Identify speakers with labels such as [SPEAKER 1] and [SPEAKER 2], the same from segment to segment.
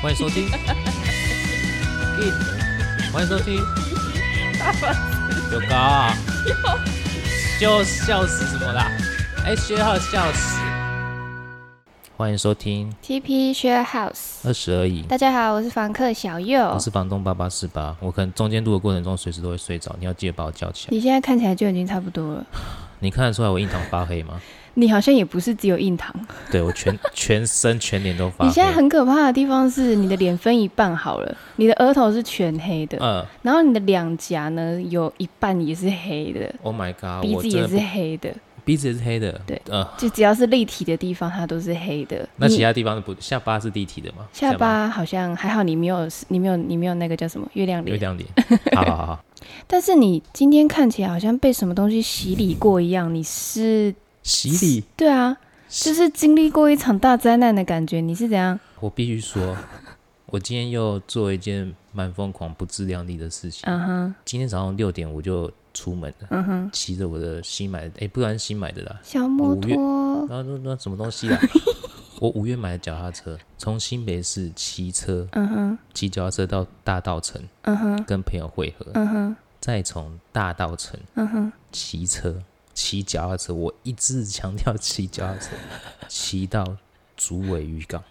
[SPEAKER 1] 欢迎收听。欢迎收 听。有高啊！就笑死什么啦？哎，薛浩笑死。欢迎收听
[SPEAKER 2] TP Share House，
[SPEAKER 1] 二十而已。
[SPEAKER 2] 大家好，我是房客小
[SPEAKER 1] 我
[SPEAKER 2] 右。
[SPEAKER 1] 是房东八八四八，我可能中间录的过程中随时都会睡着，你要记得把我叫起来。
[SPEAKER 2] 你现在看起来就已经差不多了，
[SPEAKER 1] 你看得出来我印堂发黑 吗？
[SPEAKER 2] 你好像也不是只有印堂。
[SPEAKER 1] 对我全全身全脸都发黑。
[SPEAKER 2] 你现在很可怕的地方是，你的脸分一半好了，你的额头是全黑的，
[SPEAKER 1] 嗯
[SPEAKER 2] 然后你的两颊呢有一半也是黑的，
[SPEAKER 1] ，Oh my god，
[SPEAKER 2] 鼻
[SPEAKER 1] 我
[SPEAKER 2] 子
[SPEAKER 1] 真的
[SPEAKER 2] 也
[SPEAKER 1] 不
[SPEAKER 2] 是黑的，
[SPEAKER 1] 鼻子也是黑的。
[SPEAKER 2] 对
[SPEAKER 1] 呃，
[SPEAKER 2] 就只要是立体的地方，它都是黑的。
[SPEAKER 1] 那其
[SPEAKER 2] 你
[SPEAKER 1] 他地方不下巴是立体的吗？
[SPEAKER 2] 下巴好像还好，你没有，你没有，你没有那个叫什么月亮
[SPEAKER 1] 有
[SPEAKER 2] 脸，
[SPEAKER 1] 两点。好好好好，
[SPEAKER 2] 但是你今天看起来好像被什么东西洗礼过一样，你是
[SPEAKER 1] 洗礼。
[SPEAKER 2] 对啊，就是经历过一场大灾难的感觉，你是怎样？
[SPEAKER 1] 我必须说，我今天又做一件蛮疯狂、不自量力的事情。
[SPEAKER 2] 嗯哼，
[SPEAKER 1] 今天早上六点我就出门了，
[SPEAKER 2] 嗯哼，
[SPEAKER 1] 骑着我的新买的，哎、不然新买的啦，
[SPEAKER 2] 小摩
[SPEAKER 1] 五月
[SPEAKER 2] 托，
[SPEAKER 1] 然后那那什么东西 啦？我五月买的脚踏车，从新北市骑车，
[SPEAKER 2] 嗯哼，
[SPEAKER 1] 骑脚踏车到大道城
[SPEAKER 2] 嗯哼，
[SPEAKER 1] 跟朋友会合，
[SPEAKER 2] 嗯哼，
[SPEAKER 1] 再从大道城
[SPEAKER 2] 嗯哼，
[SPEAKER 1] 骑车，骑脚踏车，我一直强调骑脚踏车，骑到竹尾渔港。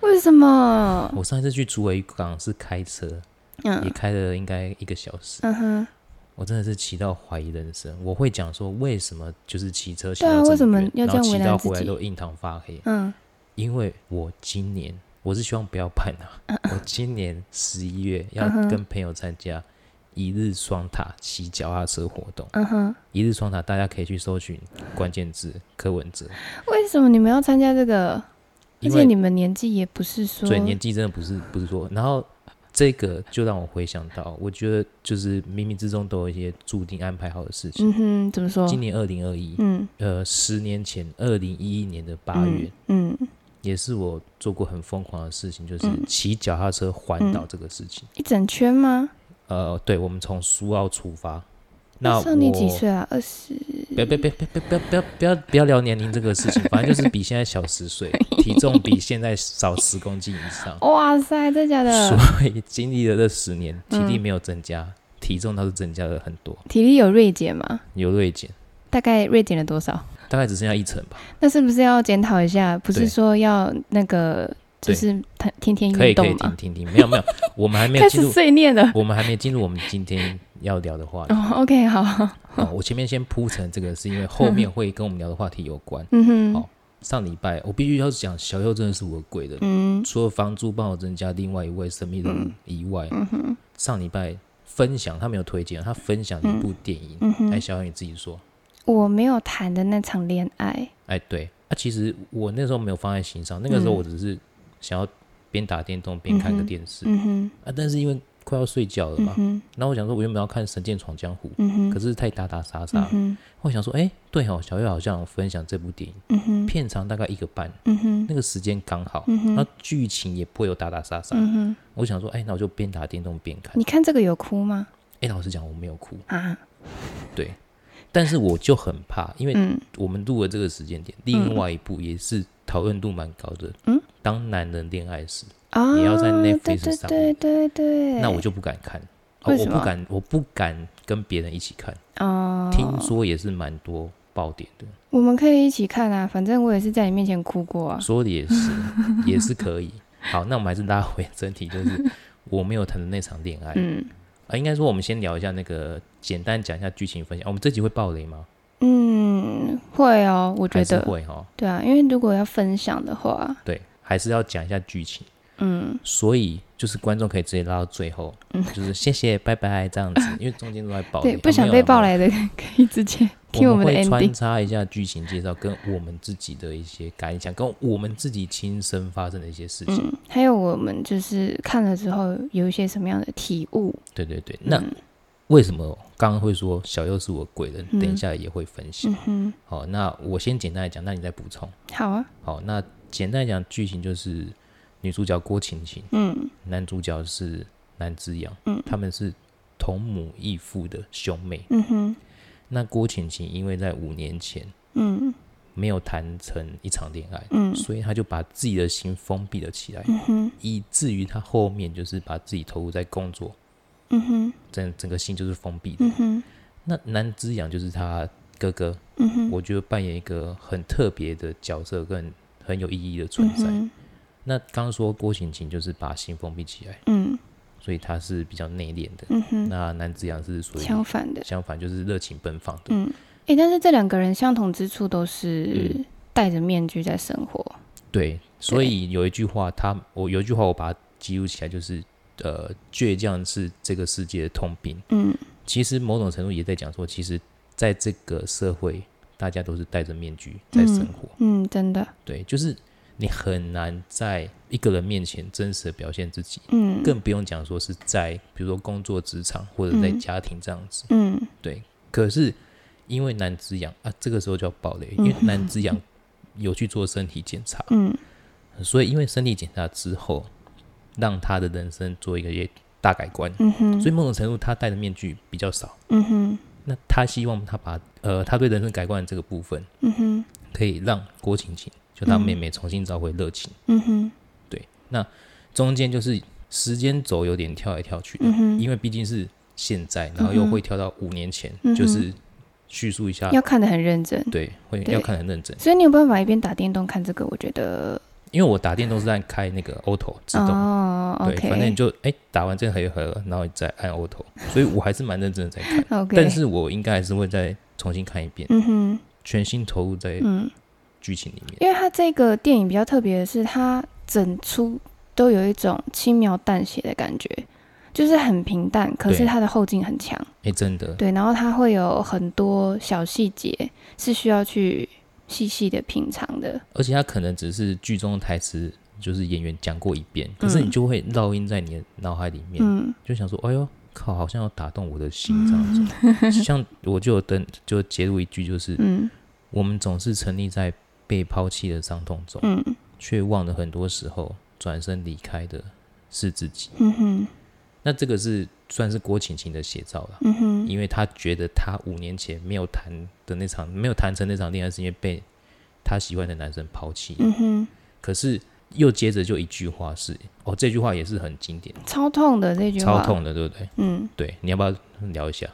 [SPEAKER 2] 为什么？
[SPEAKER 1] 我上一次去竹尾渔港是开车，也
[SPEAKER 2] 嗯
[SPEAKER 1] 开了应该一个小时，
[SPEAKER 2] 嗯哼，
[SPEAKER 1] 我真的是骑到怀疑人生。我会讲说为什么就是骑车骑
[SPEAKER 2] 对啊
[SPEAKER 1] 到
[SPEAKER 2] 为
[SPEAKER 1] 这
[SPEAKER 2] 什
[SPEAKER 1] 么
[SPEAKER 2] 么
[SPEAKER 1] 远，
[SPEAKER 2] 要
[SPEAKER 1] 然后
[SPEAKER 2] 这
[SPEAKER 1] 骑
[SPEAKER 2] 样为
[SPEAKER 1] 到
[SPEAKER 2] 难自
[SPEAKER 1] 回来
[SPEAKER 2] 己
[SPEAKER 1] 都印堂发黑，
[SPEAKER 2] 嗯
[SPEAKER 1] 因为我今年我是希望不要办啊，我今年十一月要
[SPEAKER 2] 嗯嗯哼
[SPEAKER 1] 跟朋友参加一日双塔骑脚踏车活动。
[SPEAKER 2] 嗯哼，
[SPEAKER 1] 一日双塔大家可以去搜寻关键字柯文哲，
[SPEAKER 2] 为什么你们要参加这个？而
[SPEAKER 1] 因
[SPEAKER 2] 且
[SPEAKER 1] 为
[SPEAKER 2] 你们年纪也不是说
[SPEAKER 1] 所以年纪真的不是不是说，然后这个就让我回想到，我觉得就是冥冥之中都有一些注定安排好的事情。
[SPEAKER 2] 嗯哼，怎么说？
[SPEAKER 1] 今年二零二一，
[SPEAKER 2] 嗯
[SPEAKER 1] 呃，十年前二零一一年的八月
[SPEAKER 2] 嗯，嗯，
[SPEAKER 1] 也是我做过很疯狂的事情，就是
[SPEAKER 2] 嗯
[SPEAKER 1] 骑脚踏车环岛
[SPEAKER 2] 嗯
[SPEAKER 1] 这个事情。
[SPEAKER 2] 一整圈吗？
[SPEAKER 1] 呃，对，我们从苏澳出发。那
[SPEAKER 2] 那时候你几
[SPEAKER 1] 我
[SPEAKER 2] 岁啊？二十？
[SPEAKER 1] 不要不要不要不要不要不要不要聊年龄这个事情，反正就是比现在小十 岁，体重比现在少十公斤以上，
[SPEAKER 2] 哇塞，真假的？
[SPEAKER 1] 所以经历了这十年，体力
[SPEAKER 2] 嗯
[SPEAKER 1] 没有增加，体重倒是增加了很多，
[SPEAKER 2] 体力有锐减吗？
[SPEAKER 1] 有锐减，
[SPEAKER 2] 大概锐减了多少？
[SPEAKER 1] 大概只剩下一成吧，
[SPEAKER 2] 那是不是要检讨一下？不
[SPEAKER 1] 对
[SPEAKER 2] 是说要那个，
[SPEAKER 1] 对
[SPEAKER 2] 就是天天天
[SPEAKER 1] 可以可以
[SPEAKER 2] 运动
[SPEAKER 1] 停
[SPEAKER 2] 吗？
[SPEAKER 1] 停停，没有没 有，我们还没有
[SPEAKER 2] 开
[SPEAKER 1] 进
[SPEAKER 2] 始
[SPEAKER 1] 入，
[SPEAKER 2] 碎念了。
[SPEAKER 1] 我们还没进入我们今天要聊的 话题。
[SPEAKER 2] 哦，OK，好，
[SPEAKER 1] 哦，我前面先铺陈这个，是因为后面会跟我们聊的话题有关。
[SPEAKER 2] 嗯
[SPEAKER 1] 好
[SPEAKER 2] 哼，
[SPEAKER 1] 上礼拜哦我必须要讲，小右真的是我的贵人，
[SPEAKER 2] 嗯
[SPEAKER 1] 除了房租帮我增加另外一位神秘人物以外，
[SPEAKER 2] 嗯哼，
[SPEAKER 1] 上礼拜分享他没有推荐，他分享一部电影。
[SPEAKER 2] 嗯
[SPEAKER 1] 哎，
[SPEAKER 2] 哼，
[SPEAKER 1] 小友你自己说。
[SPEAKER 2] 我没有谈的那场恋爱，
[SPEAKER 1] 哎，对，那、其实我那时候没有放在心上，那个时候
[SPEAKER 2] 嗯
[SPEAKER 1] 我只是想要边打电动边看个
[SPEAKER 2] 嗯哼
[SPEAKER 1] 电视、
[SPEAKER 2] 嗯哼，
[SPEAKER 1] 啊，但是因为快要睡觉了
[SPEAKER 2] 嗯
[SPEAKER 1] 嘛，
[SPEAKER 2] 哼，
[SPEAKER 1] 然后我想说，我原本要看《神剑闯江湖》
[SPEAKER 2] 嗯哼，
[SPEAKER 1] 可是啊太打打杀杀
[SPEAKER 2] 嗯
[SPEAKER 1] 了，
[SPEAKER 2] 哼，
[SPEAKER 1] 我想说，哎、对哦，小月好像有分享这部电影，
[SPEAKER 2] 嗯哼，
[SPEAKER 1] 片长大概一个半，
[SPEAKER 2] 嗯哼，
[SPEAKER 1] 那个时间刚好，
[SPEAKER 2] 嗯
[SPEAKER 1] 然
[SPEAKER 2] 哼
[SPEAKER 1] 后，剧情也不会有打打杀杀。
[SPEAKER 2] 嗯哼，
[SPEAKER 1] 我想说，哎、那我就边打电动边看。
[SPEAKER 2] 你看这个有哭吗？
[SPEAKER 1] 哎、老实讲，我没有哭，
[SPEAKER 2] 啊，
[SPEAKER 1] 对，但是我就很怕，因为
[SPEAKER 2] 嗯
[SPEAKER 1] 我们录的这个时间点，另外一部也是讨论度蛮高的，
[SPEAKER 2] 嗯，
[SPEAKER 1] 当男人恋爱时，
[SPEAKER 2] 啊，
[SPEAKER 1] 你要在
[SPEAKER 2] 对
[SPEAKER 1] Netflix 上
[SPEAKER 2] 对
[SPEAKER 1] 面
[SPEAKER 2] 对对对，
[SPEAKER 1] 那我就不敢看，啊
[SPEAKER 2] 为
[SPEAKER 1] 我
[SPEAKER 2] 什
[SPEAKER 1] 不
[SPEAKER 2] 么
[SPEAKER 1] 敢，我不敢跟别人一起看，
[SPEAKER 2] 哦，
[SPEAKER 1] 听说也是蛮多爆点的，
[SPEAKER 2] 我们可以一起看啊，反正我也是在你面前哭过啊，
[SPEAKER 1] 说的也 是，也是可以。好，那我们还是拉回正题，就是 我没有谈的那场恋爱、
[SPEAKER 2] 嗯
[SPEAKER 1] 啊，应该说我们先聊一下那个，简单讲一下剧情分享。哦我们这集会爆雷吗？
[SPEAKER 2] 嗯，会哦，我觉
[SPEAKER 1] 还是
[SPEAKER 2] 得，
[SPEAKER 1] 会哈，
[SPEAKER 2] 对啊，因为如果要分享的话，
[SPEAKER 1] 对，还是要讲一下剧情。
[SPEAKER 2] 嗯
[SPEAKER 1] 所以就是观众可以直接拉到最后，就是谢谢拜拜这样子，因为中间都在爆雷，
[SPEAKER 2] 对，
[SPEAKER 1] 啊
[SPEAKER 2] 不想被爆。雷的 可以 直接
[SPEAKER 1] 没
[SPEAKER 2] 听
[SPEAKER 1] 有
[SPEAKER 2] 我
[SPEAKER 1] 没有我
[SPEAKER 2] 们的
[SPEAKER 1] 会
[SPEAKER 2] ending
[SPEAKER 1] 穿。插一下剧情介绍，跟我们自己的一些感想，跟我们自己亲身发生的一些事情。
[SPEAKER 2] 嗯，还有我们就是看了之后有一些什么样的体悟？
[SPEAKER 1] 对对对，那为什么刚刚会说小右是我贵人？
[SPEAKER 2] 嗯
[SPEAKER 1] 等一下也会分享
[SPEAKER 2] 嗯。哼，
[SPEAKER 1] 好，那我先简单来讲，那你再补充。
[SPEAKER 2] 好啊，
[SPEAKER 1] 好，那简单来讲，剧情就是女主角郭晴晴，
[SPEAKER 2] 嗯
[SPEAKER 1] 男主角是南之阳，
[SPEAKER 2] 嗯
[SPEAKER 1] 他们是同母异父的兄妹。
[SPEAKER 2] 嗯哼，
[SPEAKER 1] 那郭晴晴因为在五年前
[SPEAKER 2] 嗯
[SPEAKER 1] 没有谈成一场恋爱，
[SPEAKER 2] 嗯
[SPEAKER 1] 所以他就把自己的心封闭了起来，
[SPEAKER 2] 嗯哼，
[SPEAKER 1] 以至于他后面就是把自己投入在工作，
[SPEAKER 2] 嗯哼，
[SPEAKER 1] 整整个心就是封闭的。
[SPEAKER 2] 嗯哼，
[SPEAKER 1] 那南之养就是他哥哥，
[SPEAKER 2] 嗯哼，
[SPEAKER 1] 我觉得扮演一个很特别的角色，跟很有意义的存
[SPEAKER 2] 嗯
[SPEAKER 1] 在。
[SPEAKER 2] 哼，
[SPEAKER 1] 那刚刚说郭晴晴就是把心封闭起来，
[SPEAKER 2] 嗯
[SPEAKER 1] 所以他是比较内敛的。
[SPEAKER 2] 嗯哼，
[SPEAKER 1] 那南之养是属于
[SPEAKER 2] 相反的，
[SPEAKER 1] 相反，就是热情奔放的。
[SPEAKER 2] 嗯，诶，但是这两个人相同之处都
[SPEAKER 1] 嗯
[SPEAKER 2] 是戴着面具在生活，
[SPEAKER 1] 对，所以有一句话，他我有一句话我把它记录起来，就是呃，倔强是这个世界的通病。
[SPEAKER 2] 嗯
[SPEAKER 1] 其实某种程度也在讲说，其实在这个社会，大家都是戴着面具在生活。
[SPEAKER 2] 嗯，真的，
[SPEAKER 1] 对，就是你很难在一个人面前真实的表现自己，
[SPEAKER 2] 嗯，
[SPEAKER 1] 更不用讲说是在比如说工作职场或者在
[SPEAKER 2] 嗯
[SPEAKER 1] 家庭这样子。
[SPEAKER 2] 嗯
[SPEAKER 1] 对，可是因为男子养啊，这个时候就要爆雷，因为男子养有去做身体检查，
[SPEAKER 2] 嗯
[SPEAKER 1] 所以因为身体检查之后，让他的人生做一个也大改观。
[SPEAKER 2] 嗯哼，
[SPEAKER 1] 所以某种程度，他戴的面具比较少。
[SPEAKER 2] 嗯哼，
[SPEAKER 1] 那他希望他把呃，他对人生改观的这个部分，
[SPEAKER 2] 嗯哼，
[SPEAKER 1] 可以让郭晴晴就他
[SPEAKER 2] 嗯
[SPEAKER 1] 妹妹重新找回热情。
[SPEAKER 2] 嗯哼，
[SPEAKER 1] 对，那中间就是时间轴有点跳来跳去的，
[SPEAKER 2] 嗯哼，
[SPEAKER 1] 因为毕竟是现在，然后又会跳到五年前，
[SPEAKER 2] 嗯哼
[SPEAKER 1] 就是叙述一下，
[SPEAKER 2] 要看得很认真。
[SPEAKER 1] 对，会
[SPEAKER 2] 对
[SPEAKER 1] 要看得很认真。
[SPEAKER 2] 所以你有办法一边打电动看这个，我觉得
[SPEAKER 1] 因为我打电动是在开那个 auto 自动，
[SPEAKER 2] 哦
[SPEAKER 1] 对，
[SPEAKER 2] ，OK，
[SPEAKER 1] 反正你就哎、打完这回合，然后你再按 auto，所以我还是蛮认真的在看，
[SPEAKER 2] OK，
[SPEAKER 1] 但是我应该还是会再重新看一遍，
[SPEAKER 2] 嗯哼，
[SPEAKER 1] 全心投入在
[SPEAKER 2] 嗯，
[SPEAKER 1] 剧情里面。
[SPEAKER 2] 因为它这个电影比较特别的是，它整出都有一种轻描淡写的感觉，就是很平淡，可是
[SPEAKER 1] 对
[SPEAKER 2] 它的后劲很强。
[SPEAKER 1] 哎、真的，
[SPEAKER 2] 对，然后它会有很多小细节是需要去细细的品尝的。
[SPEAKER 1] 而且他可能只是剧中的台词就是演员讲过一遍，可是
[SPEAKER 2] 嗯
[SPEAKER 1] 你就会烙印在你的脑海里面，
[SPEAKER 2] 嗯
[SPEAKER 1] 就想说，哎呦，靠，好像要打动我的心这样子。像我就有登就截录一句，就是、
[SPEAKER 2] 嗯
[SPEAKER 1] 我们总是沉溺在被抛弃的伤痛中，
[SPEAKER 2] 嗯
[SPEAKER 1] 却忘了很多时候转身离开的是自己。
[SPEAKER 2] 嗯哼
[SPEAKER 1] 那这个是算是郭晴晴的写照了。
[SPEAKER 2] 嗯哼
[SPEAKER 1] 因为他觉得他五年前没有谈的那场没有谈成那场恋爱，是因为被他喜欢的男生抛弃。
[SPEAKER 2] 嗯哼，
[SPEAKER 1] 可是又接着就一句话是，哦，这句话也是很经典，
[SPEAKER 2] 超痛的这句
[SPEAKER 1] 超
[SPEAKER 2] 话。
[SPEAKER 1] 痛的，对不对？
[SPEAKER 2] 嗯，
[SPEAKER 1] 对，你要不要聊一下？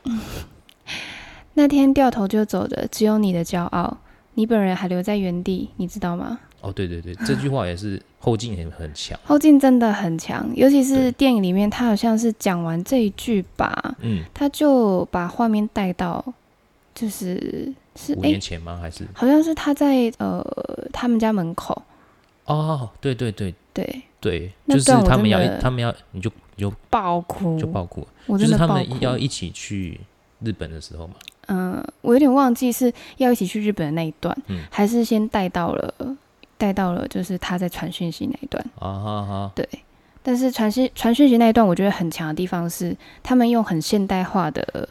[SPEAKER 2] 那天掉头就走的只有你的骄傲，你本人还留在原地，你知道吗？
[SPEAKER 1] 哦，对对对，这句话也是后劲很很强。
[SPEAKER 2] 后劲真的很强，尤其是
[SPEAKER 1] 对
[SPEAKER 2] 电影里面，他好像是讲完这一句吧，
[SPEAKER 1] 嗯，
[SPEAKER 2] 他就把画面带到，就是是
[SPEAKER 1] 五
[SPEAKER 2] 哎、
[SPEAKER 1] 年前吗？还是？
[SPEAKER 2] 好像是他在呃他们家门口，
[SPEAKER 1] 哦，对对对
[SPEAKER 2] 对，
[SPEAKER 1] 对，
[SPEAKER 2] 那
[SPEAKER 1] 就是
[SPEAKER 2] 段我
[SPEAKER 1] 他们
[SPEAKER 2] 真
[SPEAKER 1] 要一
[SPEAKER 2] 的
[SPEAKER 1] 他们要你就你就
[SPEAKER 2] 爆哭，
[SPEAKER 1] 就爆哭了，
[SPEAKER 2] 我
[SPEAKER 1] 就是
[SPEAKER 2] 真的
[SPEAKER 1] 他
[SPEAKER 2] 爆
[SPEAKER 1] 们
[SPEAKER 2] 哭。
[SPEAKER 1] 要一起去日本的时候嘛。
[SPEAKER 2] 嗯、我有点忘记是要一起去日本的那一段，
[SPEAKER 1] 嗯
[SPEAKER 2] 还是先带到了带到了就是他在传讯息那一段。
[SPEAKER 1] 啊哈哈，
[SPEAKER 2] 对，但是传讯传讯息那一段，我觉得很强的地方是，他们用很现代化的，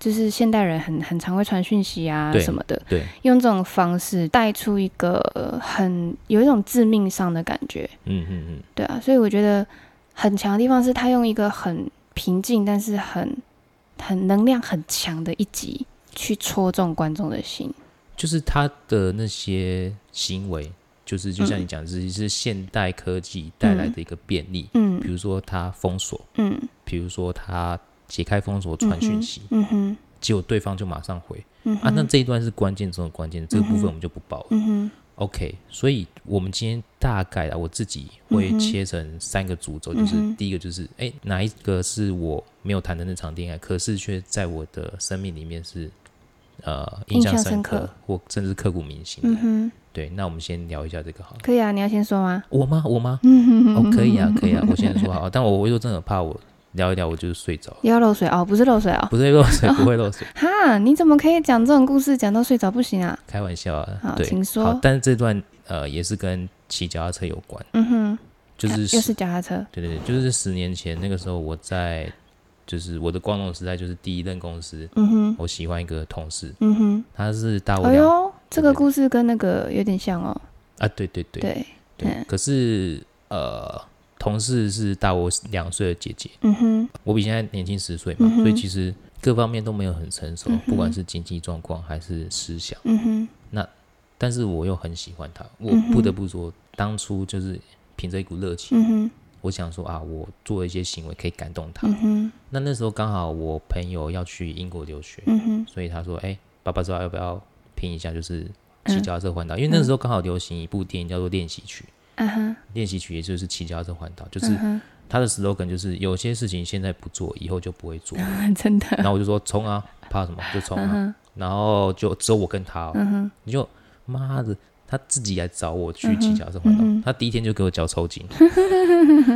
[SPEAKER 2] 就是现代人很很常会传讯息啊
[SPEAKER 1] 对
[SPEAKER 2] 什么的，
[SPEAKER 1] 对，
[SPEAKER 2] 用这种方式带出一个呃很有一种致命伤的感觉，
[SPEAKER 1] 嗯嗯嗯，
[SPEAKER 2] 对啊，所以我觉得很强的地方是他用一个很平静，但是很很能量很强的一集去戳中观众的心，
[SPEAKER 1] 就是他的那些行为，就是就像
[SPEAKER 2] 嗯
[SPEAKER 1] 你讲，是是现代科技带来
[SPEAKER 2] 嗯
[SPEAKER 1] 的一个便利，
[SPEAKER 2] 嗯
[SPEAKER 1] 比如说他封锁。
[SPEAKER 2] 嗯
[SPEAKER 1] 比如说他解开封锁
[SPEAKER 2] 嗯
[SPEAKER 1] 传讯
[SPEAKER 2] 哼
[SPEAKER 1] 息，
[SPEAKER 2] 嗯哼
[SPEAKER 1] 结果对方就马上回、
[SPEAKER 2] 嗯
[SPEAKER 1] 啊，那
[SPEAKER 2] 哼
[SPEAKER 1] 这一段是关键中的关键，这个部分
[SPEAKER 2] 嗯哼
[SPEAKER 1] 我们就不报了。
[SPEAKER 2] 嗯哼
[SPEAKER 1] OK，所以我们今天大概啊，我自己会
[SPEAKER 2] 嗯哼
[SPEAKER 1] 切成三个主轴，
[SPEAKER 2] 嗯
[SPEAKER 1] 就是
[SPEAKER 2] 哼
[SPEAKER 1] 第一个就是哎、诶哪一个是我没有谈的那场恋爱，可是却在我的生命里面是呃印
[SPEAKER 2] 印
[SPEAKER 1] 象
[SPEAKER 2] 象
[SPEAKER 1] 深
[SPEAKER 2] 深
[SPEAKER 1] 刻
[SPEAKER 2] 刻
[SPEAKER 1] 或甚至刻骨铭心的。
[SPEAKER 2] 嗯哼，
[SPEAKER 1] 对，那我们先聊一下这个好了。
[SPEAKER 2] 可以啊，你要先说吗？
[SPEAKER 1] 我吗？我吗？
[SPEAKER 2] 嗯
[SPEAKER 1] 哦，可以啊，可以啊，我先说好，但我我又真的很怕我聊一聊我就是睡着了。
[SPEAKER 2] 也要漏水哦，不是漏水哦。
[SPEAKER 1] 不会漏水，不会漏水，
[SPEAKER 2] 哈，你怎么可以讲这种故事讲到睡着不行啊？
[SPEAKER 1] 开玩笑啊。
[SPEAKER 2] 好
[SPEAKER 1] 对，
[SPEAKER 2] 请说
[SPEAKER 1] 好，但是这段呃也是跟骑脚踏车有关，
[SPEAKER 2] 嗯哼，
[SPEAKER 1] 就是
[SPEAKER 2] 啊又是脚踏车。
[SPEAKER 1] 对对对，就是十年前那个时候我在就是我的光荣时代，就是第一任公司，
[SPEAKER 2] 嗯哼，
[SPEAKER 1] 我喜欢一个同事，
[SPEAKER 2] 嗯哼，
[SPEAKER 1] 他是大啊我
[SPEAKER 2] 哎
[SPEAKER 1] 两、
[SPEAKER 2] 呦，这个故事跟那个有点像哦。
[SPEAKER 1] 啊，对对对
[SPEAKER 2] 对，嗯
[SPEAKER 1] 可是呃。同事是大我两岁的姐姐，
[SPEAKER 2] 嗯哼，
[SPEAKER 1] 我比现在年轻十岁嘛，
[SPEAKER 2] 嗯哼
[SPEAKER 1] 所以其实各方面都没有很成熟，
[SPEAKER 2] 嗯哼
[SPEAKER 1] 不管是经济状况还是思想。
[SPEAKER 2] 嗯哼，
[SPEAKER 1] 但是我又很喜欢他。我
[SPEAKER 2] 嗯哼
[SPEAKER 1] 不得不说，当初就是凭着一股热情，
[SPEAKER 2] 嗯哼，
[SPEAKER 1] 我想说啊，我做一些行为可以感动他。
[SPEAKER 2] 嗯哼，
[SPEAKER 1] 那那时候刚好我朋友要去英国留学，
[SPEAKER 2] 嗯哼，
[SPEAKER 1] 所以他说：“哎、爸爸知道要不要拼一下，就是骑
[SPEAKER 2] 嗯
[SPEAKER 1] 脚踏车环岛？因为那时候刚好流行一部电影叫做《练习曲》，
[SPEAKER 2] 啊哈，
[SPEAKER 1] 练习曲也就是骑脚踏车环岛，就是
[SPEAKER 2] 嗯哼
[SPEAKER 1] 他的 slogan 就是有些事情现在不做，以后就不会做。
[SPEAKER 2] 真 的，
[SPEAKER 1] 然后我就说冲啊，怕什么就冲
[SPEAKER 2] 嗯
[SPEAKER 1] 啊。然后就只有我跟他、哦，你就妈的，他自己来找我去骑脚踏车环
[SPEAKER 2] 嗯
[SPEAKER 1] 岛，他第一天就给我脚抽 筋，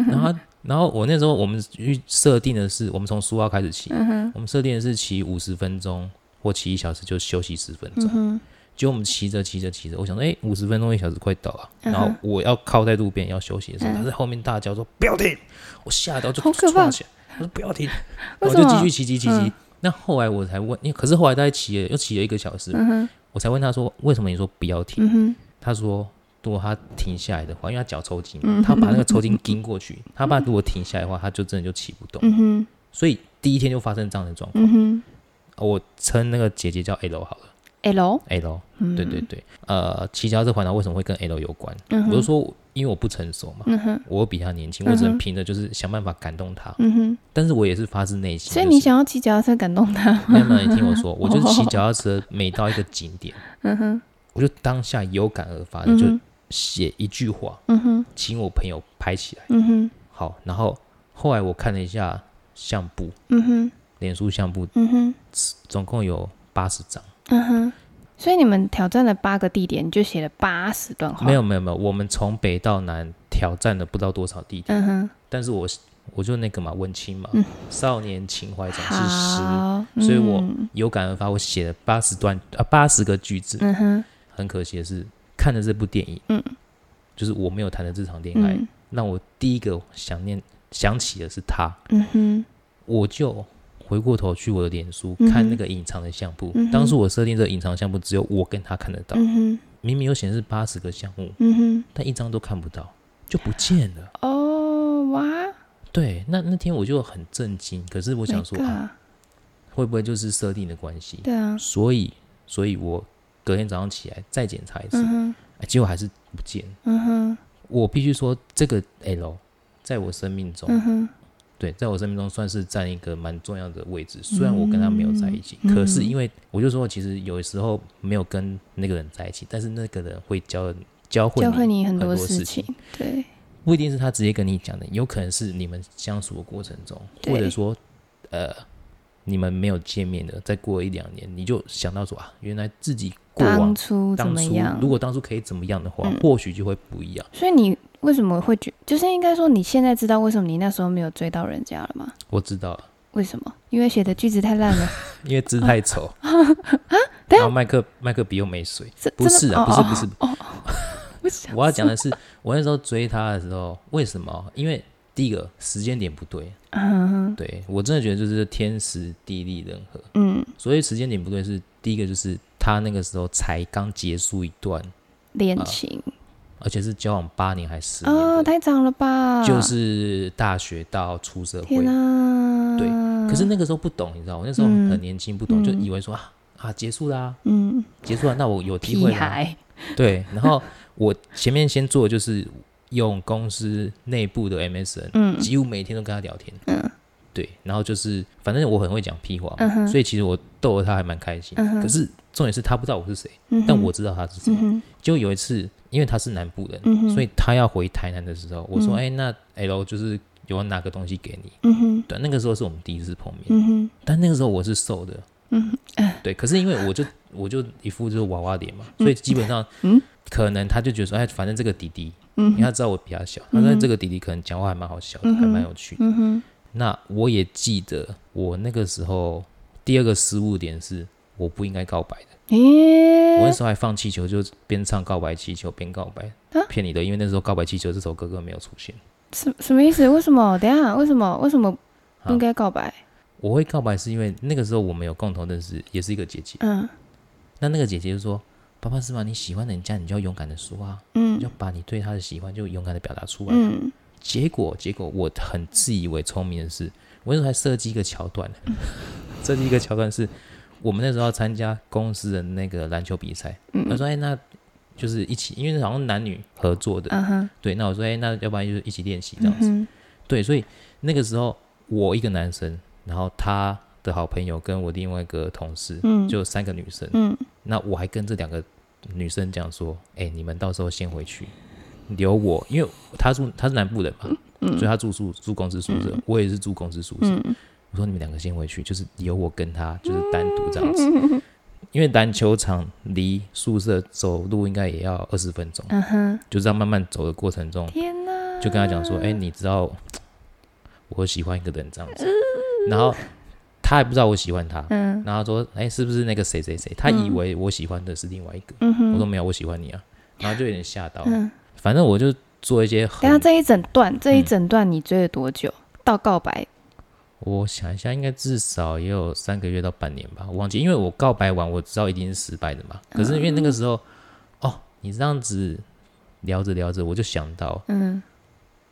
[SPEAKER 1] 然后他。然后我那时候我们预设定的是，我们从苏澳开始骑，
[SPEAKER 2] 嗯
[SPEAKER 1] 我们设定的是骑五十分钟或骑一小时就休息十分
[SPEAKER 2] 嗯
[SPEAKER 1] 钟。结果我们骑着骑着骑着，我想说，哎，五十分钟一小时快到了，
[SPEAKER 2] 嗯
[SPEAKER 1] 然后我要靠在路边要休息的时候，他在后面大叫说不要停，我吓到就
[SPEAKER 2] 好可怕
[SPEAKER 1] 撞起来，他说不要停，我
[SPEAKER 2] 为什
[SPEAKER 1] 哦就
[SPEAKER 2] 么嗯
[SPEAKER 1] 继续骑骑骑骑。那后来我才问，因为可是后来大概骑了又骑了一个小时，
[SPEAKER 2] 嗯
[SPEAKER 1] 我才问他说为什么你说不要停？他说如果他停下来的话，因为他脚抽筋
[SPEAKER 2] 嗯
[SPEAKER 1] 嘛，他把那个抽筋盯过去， 他爸如果停下来的话，他就真的就骑不动。
[SPEAKER 2] 嗯哼，
[SPEAKER 1] 所以第一天就发生这样的状况。哦
[SPEAKER 2] 嗯哼
[SPEAKER 1] 我称那个姐姐叫 L 好了
[SPEAKER 2] ，L，
[SPEAKER 1] ，L，对对对，呃，骑脚踏车环岛为什么会跟 L 有关？
[SPEAKER 2] 嗯
[SPEAKER 1] 我就
[SPEAKER 2] 哼，
[SPEAKER 1] 说因为我不成熟嘛，
[SPEAKER 2] 嗯哼，
[SPEAKER 1] 我比他年轻，我只
[SPEAKER 2] 嗯
[SPEAKER 1] 能
[SPEAKER 2] 哼
[SPEAKER 1] 凭着就是想办法感动他，
[SPEAKER 2] 嗯哼，
[SPEAKER 1] 但是我也是发自内心。
[SPEAKER 2] 所以
[SPEAKER 1] 就
[SPEAKER 2] 你
[SPEAKER 1] 是
[SPEAKER 2] 想要骑脚踏车感动他，
[SPEAKER 1] 没有没有，你听 我说，我就是骑脚踏车，每到一个景点，
[SPEAKER 2] 嗯哼，
[SPEAKER 1] 我就当下有感而发的
[SPEAKER 2] 嗯
[SPEAKER 1] 就
[SPEAKER 2] 哼，
[SPEAKER 1] 写一句话，
[SPEAKER 2] 嗯哼，
[SPEAKER 1] 请我朋友拍起来。
[SPEAKER 2] 嗯哼，
[SPEAKER 1] 好，然后后来我看了一下相簿，
[SPEAKER 2] 嗯哼，
[SPEAKER 1] 脸书相簿
[SPEAKER 2] 嗯哼，
[SPEAKER 1] 总共有八十张。
[SPEAKER 2] 嗯哼，所以你们挑战了八个地点，你就写了八十段话，
[SPEAKER 1] 没，有没有没有，我们从北到南挑战了不知道多少地点，
[SPEAKER 2] 嗯哼，
[SPEAKER 1] 但是我我就那个嘛，文青嘛，少年情怀总是诗，
[SPEAKER 2] 好，
[SPEAKER 1] 所以我
[SPEAKER 2] 嗯
[SPEAKER 1] 有感而发，我写了八十段啊八十个句子。
[SPEAKER 2] 嗯哼，
[SPEAKER 1] 很可惜的是，看了这部电影，
[SPEAKER 2] 嗯，
[SPEAKER 1] 就是我没有谈的这场恋爱，
[SPEAKER 2] 嗯，
[SPEAKER 1] 让我第一个想念想起的是他，
[SPEAKER 2] 嗯哼，
[SPEAKER 1] 我就回过头去我的脸书、
[SPEAKER 2] 嗯哼
[SPEAKER 1] 看那个隐藏的相簿。
[SPEAKER 2] 嗯哼
[SPEAKER 1] 当初我设定这个隐藏项目只有我跟他看得到，
[SPEAKER 2] 嗯哼，
[SPEAKER 1] 明明有显示八十个项目，
[SPEAKER 2] 嗯哼，
[SPEAKER 1] 但一张都看不到，就不见了。
[SPEAKER 2] 哦，哇，
[SPEAKER 1] 对，那那天我就很震惊，可是我
[SPEAKER 2] 我
[SPEAKER 1] 想说、啊，会不会就是设定的关系？
[SPEAKER 2] 对啊，
[SPEAKER 1] 所以，所以我隔天早上起来再检查一次，
[SPEAKER 2] 嗯哼，
[SPEAKER 1] 哎结果还是不见。
[SPEAKER 2] 嗯哼，
[SPEAKER 1] 我必须说，这个 L 在我生命中，
[SPEAKER 2] 嗯哼，
[SPEAKER 1] 对，在我生命中算是占一个蛮重要的位置。虽然我跟他没有在一起，
[SPEAKER 2] 嗯
[SPEAKER 1] 可是因为我就说，其实有时候没有跟那个人在一起，但是那个人会教教会
[SPEAKER 2] 教会你很
[SPEAKER 1] 很
[SPEAKER 2] 多
[SPEAKER 1] 事
[SPEAKER 2] 事情，对，
[SPEAKER 1] 不一定是他直接跟你讲的，有可能是你们相处的过程中，
[SPEAKER 2] 对
[SPEAKER 1] 或者说，呃，你们没有见面的，再过一两年，你就想到说啊，原来自己过
[SPEAKER 2] 当
[SPEAKER 1] 往
[SPEAKER 2] 初怎
[SPEAKER 1] 当
[SPEAKER 2] 么
[SPEAKER 1] 初
[SPEAKER 2] 样
[SPEAKER 1] 如？果当初可以怎么样的话，
[SPEAKER 2] 嗯
[SPEAKER 1] 或许就会不一样。
[SPEAKER 2] 所以你为什么会觉，就是应该说你现在知道为什么你那时候没有追到人家了吗？
[SPEAKER 1] 我知道了，
[SPEAKER 2] 为什么？因为写的句子太 烂了。
[SPEAKER 1] 因为字太 丑啊，
[SPEAKER 2] 等一下
[SPEAKER 1] 然后麦克麦克笔又没水，
[SPEAKER 2] 这哦
[SPEAKER 1] 不是啊，不是不是，
[SPEAKER 2] 不 是
[SPEAKER 1] 我要讲的是，我那时候追他的时候，为什么？因为第一个时间点不对，
[SPEAKER 2] 嗯
[SPEAKER 1] 对我真的觉得就是天时地利人和，
[SPEAKER 2] 嗯，
[SPEAKER 1] 所以时间点不对是第一个就是他那个时候才刚结束一段，
[SPEAKER 2] 恋情
[SPEAKER 1] 而且是交往八年还是十年
[SPEAKER 2] 哦，
[SPEAKER 1] 的，
[SPEAKER 2] 太长了吧？
[SPEAKER 1] 就是大学到出社会
[SPEAKER 2] 天，啊，
[SPEAKER 1] 对可是那个时候不懂，你知道，我那时候
[SPEAKER 2] 嗯
[SPEAKER 1] 很年轻，不懂，就
[SPEAKER 2] 嗯
[SPEAKER 1] 以为说啊啊结束啦、
[SPEAKER 2] 嗯，
[SPEAKER 1] 结束了，那我有机
[SPEAKER 2] 屁
[SPEAKER 1] 会啊啦。
[SPEAKER 2] 孩，
[SPEAKER 1] 对，然后我前面先做的就是用公司内部的 MSN，
[SPEAKER 2] 嗯
[SPEAKER 1] 几乎每天都跟他聊天，
[SPEAKER 2] 嗯
[SPEAKER 1] 对，然后就是反正我很会讲屁话嘛，
[SPEAKER 2] 嗯哼
[SPEAKER 1] 所以其实我逗得他还蛮开心。
[SPEAKER 2] 嗯哼
[SPEAKER 1] 可是重点是他不知道我是谁，
[SPEAKER 2] 嗯哼，
[SPEAKER 1] 但我知道他是谁
[SPEAKER 2] 嗯。哼
[SPEAKER 1] 就有一次，因为他是南部人，
[SPEAKER 2] 嗯哼
[SPEAKER 1] 所以他要回台南的时候，我说：“
[SPEAKER 2] 嗯
[SPEAKER 1] 哎、那 L 就是有拿个东西给你。
[SPEAKER 2] 嗯哼”
[SPEAKER 1] 对，那个时候是我们第一次碰面，
[SPEAKER 2] 嗯哼
[SPEAKER 1] 但那个时候我是瘦的，
[SPEAKER 2] 嗯哼呃
[SPEAKER 1] 对，可是因为我就我就一副就是娃娃脸嘛，所以基本上，
[SPEAKER 2] 嗯
[SPEAKER 1] 可能他就觉得说，哎，反正这个弟弟，
[SPEAKER 2] 嗯
[SPEAKER 1] 因为他
[SPEAKER 2] 哼嗯
[SPEAKER 1] 知道我比他小，他说这个弟弟可能讲话还蛮好笑的，
[SPEAKER 2] 嗯哼
[SPEAKER 1] 还蛮有趣的。
[SPEAKER 2] 嗯哼
[SPEAKER 1] 那我也记得我那个时候第二个失误点是我不应该告白的，我那
[SPEAKER 2] 咦，
[SPEAKER 1] 时候还放气球，就边唱告白气球边告白
[SPEAKER 2] 啊，
[SPEAKER 1] 骗你的，因为那时候告白气球这首歌根本没有出现。
[SPEAKER 2] 什什么意思？为什么？等一下，为什么？为什么不应该告白？
[SPEAKER 1] 我会告白是因为那个时候我们有共同认识，也是一个姐姐。
[SPEAKER 2] 嗯
[SPEAKER 1] 那那个姐姐就说：“爸爸是吗？你喜欢人家，你就要勇敢的说啊。”
[SPEAKER 2] 嗯
[SPEAKER 1] 就把你对他的喜欢就勇敢的表达出来。
[SPEAKER 2] 嗯，
[SPEAKER 1] 结果，结果我很自以为聪明的是，我那时候还设计一个桥段，
[SPEAKER 2] 嗯
[SPEAKER 1] 设计一个桥段是我们那时候要参加公司的那个篮球比赛。
[SPEAKER 2] 嗯
[SPEAKER 1] 他说：“哎，那就是一起，因为好像男女合作的，
[SPEAKER 2] 嗯哼，
[SPEAKER 1] 对。那我说，哎、那要不然就是一起练习这
[SPEAKER 2] 嗯
[SPEAKER 1] 样子，
[SPEAKER 2] 哼，
[SPEAKER 1] 对。所以那个时候我一个男生，然后他的好朋友跟我另外一个同事，
[SPEAKER 2] 嗯，
[SPEAKER 1] 就三个女生，
[SPEAKER 2] 嗯，
[SPEAKER 1] 那我还跟这两个女生讲说，哎、你们到时候先回去，留我，因为他住他是南部人嘛，
[SPEAKER 2] 嗯
[SPEAKER 1] 所以他住宿住公司宿舍，我也是住公司宿舍。
[SPEAKER 2] 嗯
[SPEAKER 1] 我说你们两个先回去，就是留我跟他就是单独这样子，
[SPEAKER 2] 嗯
[SPEAKER 1] 因为篮球场离宿舍走路应该也要二十分钟，
[SPEAKER 2] 嗯哼，
[SPEAKER 1] 就这样慢慢走的过程中，
[SPEAKER 2] 天哪，
[SPEAKER 1] 就跟他讲说，哎、你知道我喜欢一个人这样子，然后他还不知道我喜欢他，
[SPEAKER 2] 嗯
[SPEAKER 1] 然后他说：“哎、是不是那个谁谁谁？”他以为我喜欢的是另外一个。
[SPEAKER 2] 嗯
[SPEAKER 1] 我说：“
[SPEAKER 2] 哼，
[SPEAKER 1] 没有，我喜欢你啊。”然后就有点吓到。
[SPEAKER 2] 嗯，
[SPEAKER 1] 反正我就做一些
[SPEAKER 2] 等一下
[SPEAKER 1] 很……
[SPEAKER 2] 这一整
[SPEAKER 1] 嗯
[SPEAKER 2] 段，这一整段你追了多久？到告白，
[SPEAKER 1] 我想一下，应该至少也有三个月到半年吧，我忘记。因为我告白完，我知道一定是失败的嘛。
[SPEAKER 2] 嗯
[SPEAKER 1] 可是因为那个时候，哦，你这样子聊着聊着，我就想到，
[SPEAKER 2] 嗯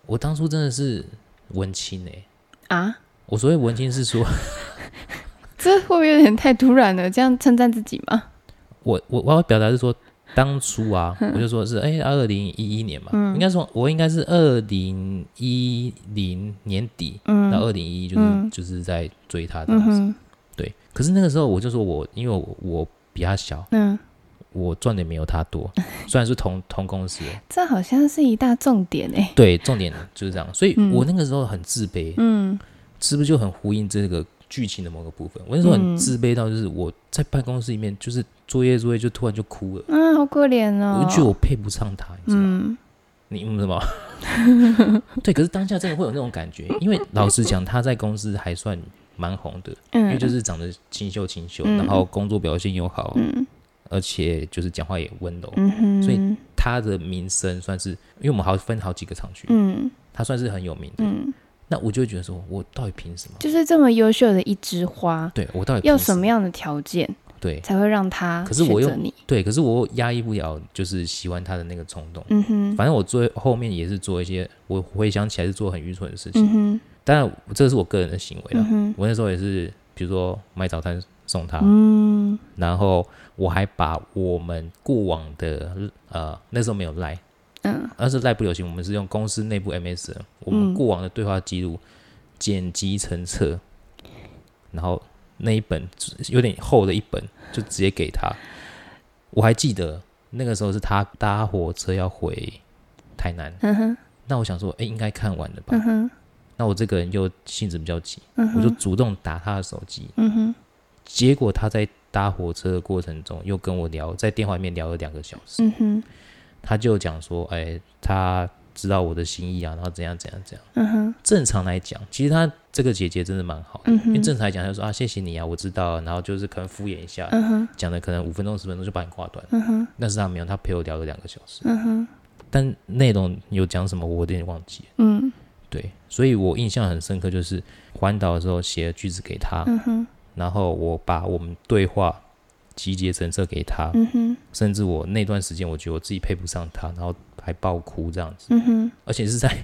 [SPEAKER 1] 我当初真的是文青哎、
[SPEAKER 2] 啊，
[SPEAKER 1] 我所谓文青是说，
[SPEAKER 2] 这会不会有点太突然了？这样称赞自己吗？
[SPEAKER 1] 我我我要表达是说，当初啊，
[SPEAKER 2] 嗯
[SPEAKER 1] 我就说是哎，二零一一年嘛，应该说我应该是二零一零年底到
[SPEAKER 2] 嗯
[SPEAKER 1] 二零一一，就是、
[SPEAKER 2] 嗯
[SPEAKER 1] 就是在追他这
[SPEAKER 2] 嗯
[SPEAKER 1] 样子。
[SPEAKER 2] 哼，
[SPEAKER 1] 对，可是那个时候我就说我因为我我比他小，
[SPEAKER 2] 嗯，
[SPEAKER 1] 我赚的没有他 多，虽然是同同公司，
[SPEAKER 2] 这好像是一大重点哎，
[SPEAKER 1] 对，重点就是这样，所以
[SPEAKER 2] 嗯
[SPEAKER 1] 我那个时候很自卑，
[SPEAKER 2] 嗯
[SPEAKER 1] 是不是就很呼应这个剧情的某个部分？我那时候
[SPEAKER 2] 嗯
[SPEAKER 1] 很自卑到就是我在办公室里面就是作业作业就突然就哭了，
[SPEAKER 2] 啊，好可怜哦
[SPEAKER 1] 我就，觉得我配不上他，你知道吗？
[SPEAKER 2] 嗯
[SPEAKER 1] 你嗯什么？ 对，可是当下真的会有那种感觉，因为老实讲，他在公司还算蛮红的，因为
[SPEAKER 2] 嗯，
[SPEAKER 1] 就是长得清秀清秀，
[SPEAKER 2] 嗯
[SPEAKER 1] 然后工作表现又好，
[SPEAKER 2] 嗯
[SPEAKER 1] 而且就是讲话也温柔，
[SPEAKER 2] 嗯哼，
[SPEAKER 1] 所以他的名声算是，因为我们好分好几个厂区，
[SPEAKER 2] 嗯
[SPEAKER 1] 他算是很有名的。
[SPEAKER 2] 嗯，
[SPEAKER 1] 那我就会觉得说，我到底凭什么？
[SPEAKER 2] 就是这么优秀的一枝花，
[SPEAKER 1] 对我到底凭
[SPEAKER 2] 要什么？样的条件
[SPEAKER 1] 对
[SPEAKER 2] 才会让他
[SPEAKER 1] 可是我又
[SPEAKER 2] 选择你？
[SPEAKER 1] 对，可是我又压抑不了，就是喜欢他的那个冲动。
[SPEAKER 2] 嗯哼，
[SPEAKER 1] 反正我最后面也是做一些，我回想起来是做很愚蠢的事情。
[SPEAKER 2] 嗯哼，
[SPEAKER 1] 当然，这是我个人的行为啦。
[SPEAKER 2] 嗯哼，
[SPEAKER 1] 我那时候也是，比如说买早餐送他，
[SPEAKER 2] 嗯
[SPEAKER 1] 然后我还把我们过往的呃那时候没有赖，
[SPEAKER 2] 嗯
[SPEAKER 1] 那是赖不流行，我们是用公司内部 MS，我
[SPEAKER 2] 嗯
[SPEAKER 1] 们过往的对话记录剪辑成册，然后那一本有点厚的一本，就直接给他。我还记得那个时候是他搭火车要回台南，
[SPEAKER 2] 嗯哼
[SPEAKER 1] 那我想说，哎、应该看完了吧？
[SPEAKER 2] 嗯哼
[SPEAKER 1] 那我这个人又性子比较急，
[SPEAKER 2] 嗯
[SPEAKER 1] 我就
[SPEAKER 2] 哼
[SPEAKER 1] 主动打他的手机，
[SPEAKER 2] 嗯哼，
[SPEAKER 1] 结果他在搭火车的过程中又跟我聊，在电话里面聊了两个小时，
[SPEAKER 2] 嗯哼
[SPEAKER 1] 他就讲说，哎，他知道我的心意啊，然后怎样怎样怎样。
[SPEAKER 2] 嗯哼
[SPEAKER 1] 正常来讲，其实他这个姐姐真的蛮好的，
[SPEAKER 2] 嗯哼
[SPEAKER 1] 因为正常来讲，他就说啊，谢谢你啊，我知道啊，然后就是可能敷衍一下，
[SPEAKER 2] 嗯哼
[SPEAKER 1] 讲的可能五分钟十分钟就把你挂断，
[SPEAKER 2] 嗯哼
[SPEAKER 1] 但是他没有，他陪我聊了两个小时，
[SPEAKER 2] 嗯哼
[SPEAKER 1] 但内容有讲什么我有点忘记了。
[SPEAKER 2] 嗯
[SPEAKER 1] 对，所以我印象很深刻，就是环岛的时候写了句子给他，
[SPEAKER 2] 嗯哼
[SPEAKER 1] 然后我把我们对话集结成册给他，
[SPEAKER 2] 嗯哼
[SPEAKER 1] 甚至我那段时间我觉得我自己配不上他，然后还爆哭这样子，
[SPEAKER 2] 嗯哼，
[SPEAKER 1] 而且是在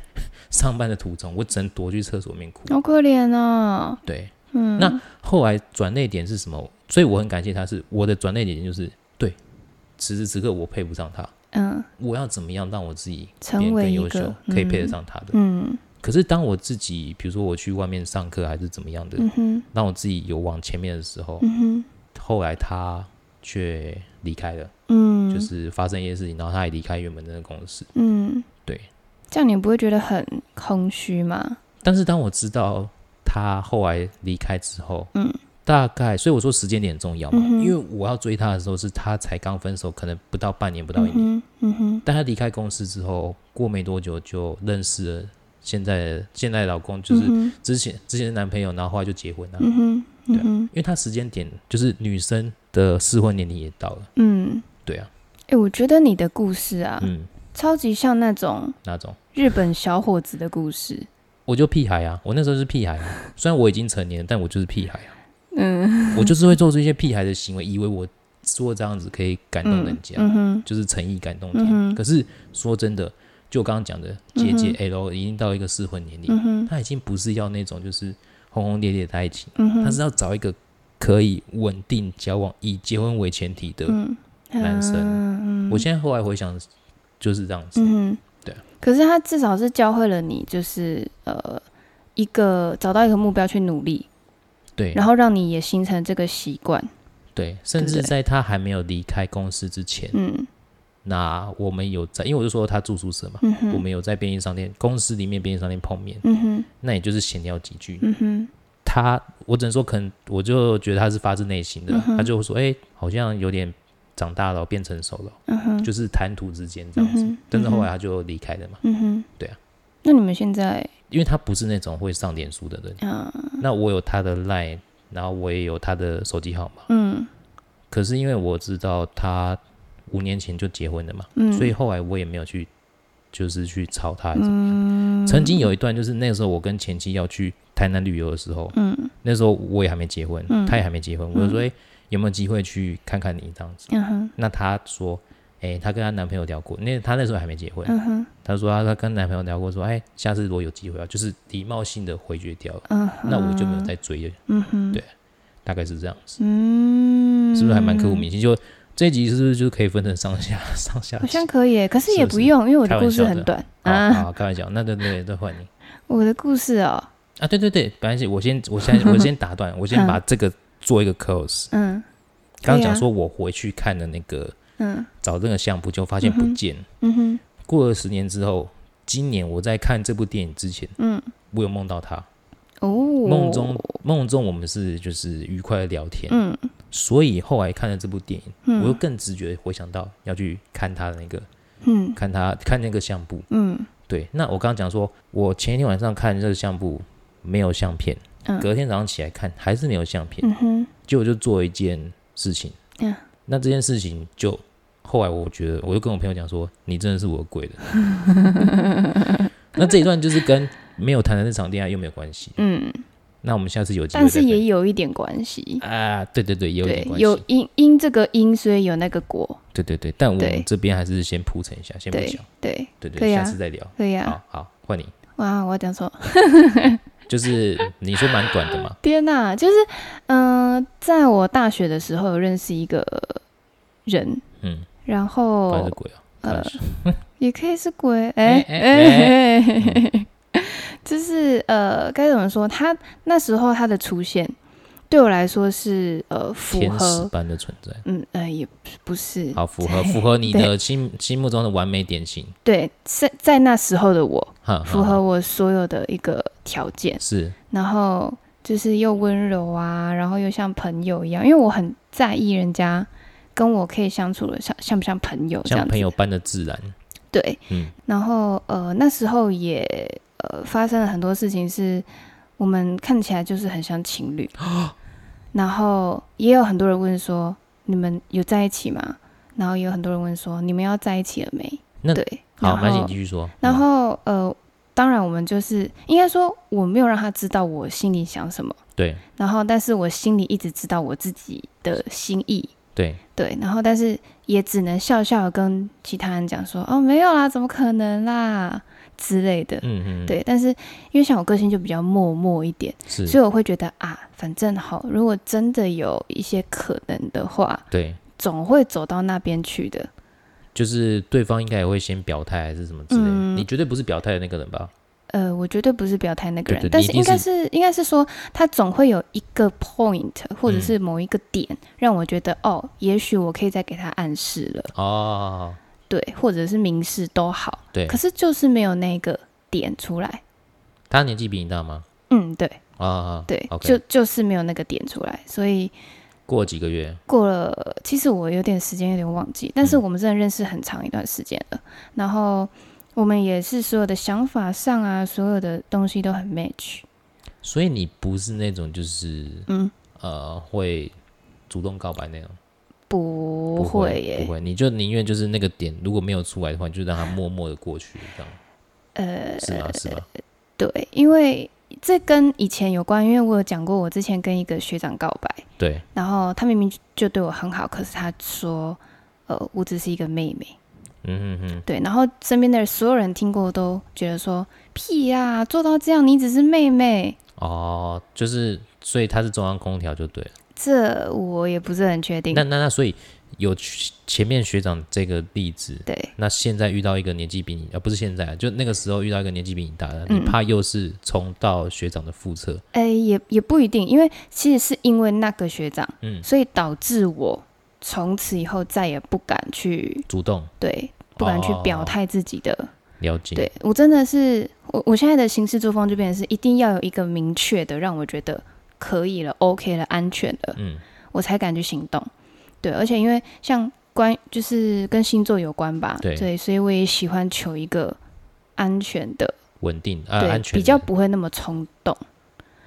[SPEAKER 1] 上班的途中，我只能躲去厕所里面哭。
[SPEAKER 2] 好可怜哦，
[SPEAKER 1] 对，
[SPEAKER 2] 嗯，
[SPEAKER 1] 那后来转捩点是什么？所以我很感谢他是，我的转捩点就是对，此时此刻我配不上他，
[SPEAKER 2] 嗯，
[SPEAKER 1] 我要怎么样让我自己变
[SPEAKER 2] 成
[SPEAKER 1] 得
[SPEAKER 2] 为
[SPEAKER 1] 更
[SPEAKER 2] 一
[SPEAKER 1] 优秀
[SPEAKER 2] 个，
[SPEAKER 1] 可以配得，上他的？
[SPEAKER 2] 嗯
[SPEAKER 1] 可是当我自己，比如说我去外面上课还是怎么样的，
[SPEAKER 2] 嗯嗯哼
[SPEAKER 1] 让我自己有往前面的时候，
[SPEAKER 2] 嗯哼
[SPEAKER 1] 后来他却离开了，
[SPEAKER 2] 嗯，
[SPEAKER 1] 就是发生一些事情，然后他也离开原本那个公司。
[SPEAKER 2] 嗯，
[SPEAKER 1] 对，
[SPEAKER 2] 这样你不会觉得很空虚吗？
[SPEAKER 1] 但是当我知道他后来离开之后，
[SPEAKER 2] 嗯，
[SPEAKER 1] 大概所以我说时间点很重要嘛，
[SPEAKER 2] 嗯哼
[SPEAKER 1] 因为我要追他的时候是他才刚分手，可能不到半年，不到一年。
[SPEAKER 2] 嗯哼嗯哼
[SPEAKER 1] 但他离开公司之后，过没多久就认识了现在的现在的老公，就是
[SPEAKER 2] 嗯
[SPEAKER 1] 之前之前的男朋友，然后后来就结婚了、
[SPEAKER 2] 哼嗯
[SPEAKER 1] 对啊
[SPEAKER 2] 哼
[SPEAKER 1] 因为他时间点就是女生的适婚年龄也到了，
[SPEAKER 2] 嗯，
[SPEAKER 1] 对啊，
[SPEAKER 2] 哎，我觉得你的故事啊，
[SPEAKER 1] 嗯，
[SPEAKER 2] 超级像那种
[SPEAKER 1] 那种。
[SPEAKER 2] 日本小伙子的故事。
[SPEAKER 1] 我就屁孩啊，我那时候是屁孩啊，虽然我已经成年了，但我就是屁孩啊，
[SPEAKER 2] 嗯
[SPEAKER 1] 我就是会做出一些屁孩的行为，以为我说这样子可以感动人家，
[SPEAKER 2] 嗯哼，
[SPEAKER 1] 就是诚意感动
[SPEAKER 2] 嗯
[SPEAKER 1] 天。
[SPEAKER 2] 哼
[SPEAKER 1] 可是说真的，就我刚刚讲的，姐姐
[SPEAKER 2] 嗯
[SPEAKER 1] L 已经到一个适婚年龄，
[SPEAKER 2] 嗯哼，
[SPEAKER 1] 她已经不是要那种就是轰轰烈烈的爱情，
[SPEAKER 2] 嗯哼，
[SPEAKER 1] 她是要找一个可以稳定交往，以结婚为前提的
[SPEAKER 2] 嗯
[SPEAKER 1] 男生
[SPEAKER 2] 嗯嗯嗯，
[SPEAKER 1] 我现在后来回想就是这样子，
[SPEAKER 2] 嗯哼，
[SPEAKER 1] 对啊
[SPEAKER 2] 可是他至少是教会了你，就是呃，一个找到一个目标去努力，
[SPEAKER 1] 对
[SPEAKER 2] 然后让你也形成这个习惯。
[SPEAKER 1] 对，甚
[SPEAKER 2] 对
[SPEAKER 1] 至
[SPEAKER 2] 不对
[SPEAKER 1] 在他还没有离开公司之前，
[SPEAKER 2] 嗯
[SPEAKER 1] 那我们有在，因为我就说他住宿舍嘛，
[SPEAKER 2] 嗯
[SPEAKER 1] 我
[SPEAKER 2] 哼，
[SPEAKER 1] 们有在便利商店、公司里面便利商店碰面，
[SPEAKER 2] 嗯哼，
[SPEAKER 1] 那也就是闲聊几句。
[SPEAKER 2] 嗯哼，
[SPEAKER 1] 他，我只能说，可能我就觉得他是发自内心
[SPEAKER 2] 嗯
[SPEAKER 1] 的啦，他就会说，哎、好像有点长大了，变成熟了，
[SPEAKER 2] 嗯哼，
[SPEAKER 1] 就是谈吐之间这样子。
[SPEAKER 2] 嗯哼
[SPEAKER 1] 但是后
[SPEAKER 2] 嗯
[SPEAKER 1] 来
[SPEAKER 2] 哼
[SPEAKER 1] 他就离开了嘛，
[SPEAKER 2] 嗯哼，
[SPEAKER 1] 对啊。
[SPEAKER 2] 那你们现在，
[SPEAKER 1] 因为他不是那种会上脸书的人。
[SPEAKER 2] 嗯
[SPEAKER 1] 那我有他的 line，然后我也有他的手机号码，
[SPEAKER 2] 嗯
[SPEAKER 1] 可是因为我知道他五年前就结婚了嘛，
[SPEAKER 2] 嗯，
[SPEAKER 1] 所以后来我也没有去，就是去吵他还是怎么样
[SPEAKER 2] 嗯，
[SPEAKER 1] 曾经有一段，就是那时候我跟前妻要去台南旅游的时候，
[SPEAKER 2] 嗯
[SPEAKER 1] 那时候我也还没结婚，
[SPEAKER 2] 嗯
[SPEAKER 1] 他也还没结婚，我就说、诶有没有机会去看看你这样子？
[SPEAKER 2] 嗯哼
[SPEAKER 1] 那她说，哎、她跟她男朋友聊过，那她那时候还没结婚，
[SPEAKER 2] 嗯哼
[SPEAKER 1] 她说她她跟男朋友聊过，说，哎、下次如果有机会啊，就是礼貌性的回绝掉了，
[SPEAKER 2] 嗯哼，
[SPEAKER 1] 那我就没有再追了，
[SPEAKER 2] 嗯哼，
[SPEAKER 1] 对大概是这样子，
[SPEAKER 2] 嗯，
[SPEAKER 1] 是不是还蛮刻骨铭心？就这一集是不是就可以分成上下 上下
[SPEAKER 2] 好
[SPEAKER 1] 集
[SPEAKER 2] 像？可以耶，可是
[SPEAKER 1] 是
[SPEAKER 2] 也
[SPEAKER 1] 不
[SPEAKER 2] 不
[SPEAKER 1] 是
[SPEAKER 2] 用，因为我
[SPEAKER 1] 开
[SPEAKER 2] 的
[SPEAKER 1] 玩
[SPEAKER 2] 故事
[SPEAKER 1] 笑
[SPEAKER 2] 很
[SPEAKER 1] 的
[SPEAKER 2] 短
[SPEAKER 1] 啊，
[SPEAKER 2] 啊。
[SPEAKER 1] 好，开玩笑，那对对对，换你。
[SPEAKER 2] 我的故事哦，
[SPEAKER 1] 啊，对对对，没关系，我先，我先， 我先打断，我先把这个做一个 close。
[SPEAKER 2] 嗯
[SPEAKER 1] 刚刚
[SPEAKER 2] 对啊
[SPEAKER 1] 讲说我回去看了那个
[SPEAKER 2] 嗯
[SPEAKER 1] 找那个相簿，就发现不
[SPEAKER 2] 嗯哼
[SPEAKER 1] 见了。
[SPEAKER 2] 嗯哼
[SPEAKER 1] 过了十年之后，今年我在看这部电影之前，
[SPEAKER 2] 嗯，
[SPEAKER 1] 我有梦到他，
[SPEAKER 2] 哦，
[SPEAKER 1] 梦中梦中我们是就是愉快的聊天，
[SPEAKER 2] 嗯
[SPEAKER 1] 所以后来看了这部电影，
[SPEAKER 2] 嗯，
[SPEAKER 1] 我又更直觉地回想到要去看他的那个
[SPEAKER 2] 嗯
[SPEAKER 1] 看他看那个相簿。
[SPEAKER 2] 嗯
[SPEAKER 1] 对，那我刚刚讲说，我前一天晚上看这个相簿没有相片，
[SPEAKER 2] 嗯
[SPEAKER 1] 隔天早上起来看还是没有相片。
[SPEAKER 2] 嗯哼
[SPEAKER 1] 结果就做了一件事情，
[SPEAKER 2] 嗯
[SPEAKER 1] 那这件事情就后来我觉得，我就跟我朋友讲说，你真的是我的鬼的。 那这一段就是跟没有谈的那场恋爱又没有关系。
[SPEAKER 2] 嗯，
[SPEAKER 1] 那我们下次有机会
[SPEAKER 2] 但
[SPEAKER 1] 再
[SPEAKER 2] 是
[SPEAKER 1] 分
[SPEAKER 2] 也有一点关系。
[SPEAKER 1] 啊，对对对，也有点
[SPEAKER 2] 对，
[SPEAKER 1] 关系，
[SPEAKER 2] 有因因这个因，所以有那个果。
[SPEAKER 1] 对对对。但我
[SPEAKER 2] 对
[SPEAKER 1] 们这边还是先铺陈一下，先不
[SPEAKER 2] 对
[SPEAKER 1] 讲，
[SPEAKER 2] 对
[SPEAKER 1] 对对
[SPEAKER 2] 可以啊
[SPEAKER 1] 下次再聊。
[SPEAKER 2] 可以啊。
[SPEAKER 1] 好好，换你，
[SPEAKER 2] 哇，我要讲错。
[SPEAKER 1] 就是你说蛮短的嘛，
[SPEAKER 2] 天哪、就是嗯、呃在我大学的时候有认识一个人，
[SPEAKER 1] 嗯，
[SPEAKER 2] 然
[SPEAKER 1] 不然
[SPEAKER 2] 后
[SPEAKER 1] 是鬼啊，
[SPEAKER 2] 呃
[SPEAKER 1] 不然是
[SPEAKER 2] 也可以是鬼，哎
[SPEAKER 1] 哎
[SPEAKER 2] 哎哎， 就是呃，该怎么说？他那时候他的出现对我来说是呃符
[SPEAKER 1] 天使
[SPEAKER 2] 合，
[SPEAKER 1] 般的存在。
[SPEAKER 2] 嗯呃也不是
[SPEAKER 1] 好，符合符合你的心心目中的完美典型，
[SPEAKER 2] 对，在在那时候的我
[SPEAKER 1] 哈，哈
[SPEAKER 2] 符
[SPEAKER 1] 哈
[SPEAKER 2] 合我所有的一个条件，
[SPEAKER 1] 是
[SPEAKER 2] 然后就是又温柔啊，然后又像朋友一样，因为我很在意人家跟我可以相处的像像不像朋友这样
[SPEAKER 1] 像
[SPEAKER 2] 子，
[SPEAKER 1] 朋友般的自然，
[SPEAKER 2] 对，
[SPEAKER 1] 嗯，
[SPEAKER 2] 然后呃那时候也呃发生了很多事情，是呃我们看起来就是很像 情侣，然后也有很多人问说你们有在一起吗？然后也有很多人问说你们要在一起了没？
[SPEAKER 1] 那
[SPEAKER 2] 对，
[SPEAKER 1] 好，
[SPEAKER 2] 然
[SPEAKER 1] 那你
[SPEAKER 2] 后
[SPEAKER 1] 继续说。
[SPEAKER 2] 然
[SPEAKER 1] 嗯
[SPEAKER 2] 后呃当然我们就是应该说我没有让他知道我心里想什么，
[SPEAKER 1] 嗯对
[SPEAKER 2] 然后但是我心里一直知道我自己的心意，
[SPEAKER 1] 对，
[SPEAKER 2] 对，然后但是也只能笑笑地跟其他人讲说，哦，没有啦，怎么可能啦之类的。
[SPEAKER 1] 嗯嗯，，
[SPEAKER 2] 对，但是因为像我个性就比较默默一点，所
[SPEAKER 1] 是，
[SPEAKER 2] 以我会觉得啊，反正好，如果真的有一些可能的话，
[SPEAKER 1] 对，
[SPEAKER 2] 总会走到那边去的。
[SPEAKER 1] 就是对方应该也会先表态还是什么之类的，
[SPEAKER 2] 嗯
[SPEAKER 1] 你绝对不是表态的那个人吧？
[SPEAKER 2] 呃，我绝对不是表态那个人，
[SPEAKER 1] 对对
[SPEAKER 2] 但
[SPEAKER 1] 你
[SPEAKER 2] 是
[SPEAKER 1] 一定
[SPEAKER 2] 应该
[SPEAKER 1] 是
[SPEAKER 2] 是应该是说，他总会有一个 point 或者
[SPEAKER 1] 嗯
[SPEAKER 2] 是某一个点，让我觉得哦，也许我可以再给他暗示了，
[SPEAKER 1] 哦，
[SPEAKER 2] 对，或者是明示都好。
[SPEAKER 1] 对
[SPEAKER 2] 可，是就是没有那个点出来。
[SPEAKER 1] 他年纪比你大吗？
[SPEAKER 2] 嗯，对
[SPEAKER 1] 啊啊，
[SPEAKER 2] 对
[SPEAKER 1] OK
[SPEAKER 2] 就就是没有那个点出来，所以
[SPEAKER 1] 过几个月，
[SPEAKER 2] 过了，其实我有点时间有点忘记，但是
[SPEAKER 1] 嗯
[SPEAKER 2] 我们真的认识很长一段时间了，然后我们也是所有的想法上啊，所有的东西都很 match。
[SPEAKER 1] 所以你不是那种就是
[SPEAKER 2] 嗯，
[SPEAKER 1] 呃会主动告白那种，
[SPEAKER 2] 不
[SPEAKER 1] 会
[SPEAKER 2] 会耶，
[SPEAKER 1] 不会，你就宁愿就是那个点如果没有出来的话，你就让他默默的过去，这样
[SPEAKER 2] 呃，
[SPEAKER 1] 是吗？是吗？
[SPEAKER 2] 对，因为这跟以前有关，因为我有讲过，我之前跟一个学长告白，
[SPEAKER 1] 对，
[SPEAKER 2] 然后他明明就对我很好，可是他说，呃，我只是一个妹妹。
[SPEAKER 1] 嗯嗯嗯，
[SPEAKER 2] 对，然后身边的所有人听过都觉得说屁呀、做到这样你只是妹妹，
[SPEAKER 1] 哦，就是所以他是中央空调就对了。
[SPEAKER 2] 这我也不是很确定
[SPEAKER 1] 那。那那，所以有去前面学长这个例子，
[SPEAKER 2] 对，
[SPEAKER 1] 那现在遇到一个年纪比你啊，不是现在啊，就那个时候遇到一个年纪比你大的，你
[SPEAKER 2] 嗯
[SPEAKER 1] 怕又是冲到学长的腹侧，
[SPEAKER 2] 哎、也也不一定，因为其实是因为那个学长，
[SPEAKER 1] 嗯，
[SPEAKER 2] 所以导致我从此以后再也不敢去
[SPEAKER 1] 主动
[SPEAKER 2] 对，不敢去表
[SPEAKER 1] 哦
[SPEAKER 2] 态自己的。
[SPEAKER 1] 了解，
[SPEAKER 2] 对我真的是，我我现在的行事作风就变成是一定要有一个明确的，让我觉得可以了、OK 了、安全了，
[SPEAKER 1] 嗯，
[SPEAKER 2] 我才敢去行动。对，而且因为像关就是跟星座有关吧，
[SPEAKER 1] 对
[SPEAKER 2] 所以我也喜欢求一个安全的，
[SPEAKER 1] 稳定啊，
[SPEAKER 2] 对，
[SPEAKER 1] 安全的
[SPEAKER 2] 比较不会那么冲动。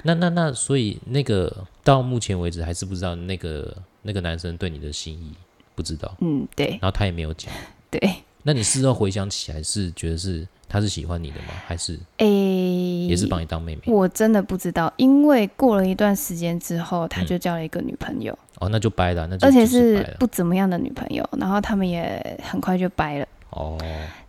[SPEAKER 1] 那那那，所以那个到目前为止还是不知道那个那个男生对你的心意，不知道，
[SPEAKER 2] 嗯，对
[SPEAKER 1] 然后他也没有讲。
[SPEAKER 2] 对，
[SPEAKER 1] 那你事后回想起来，是觉得是他是喜欢你的吗？还是
[SPEAKER 2] 诶、
[SPEAKER 1] 也是把你当妹妹？
[SPEAKER 2] 我真的不知道，因为过了一段时间之后，他
[SPEAKER 1] 嗯
[SPEAKER 2] 就交了一个女朋友，
[SPEAKER 1] 哦，那就掰了，那就
[SPEAKER 2] 而
[SPEAKER 1] 就
[SPEAKER 2] 且
[SPEAKER 1] 是掰
[SPEAKER 2] 是
[SPEAKER 1] 了。啊
[SPEAKER 2] 不怎么样的女朋友，然后他们也很快就掰了。
[SPEAKER 1] 哦，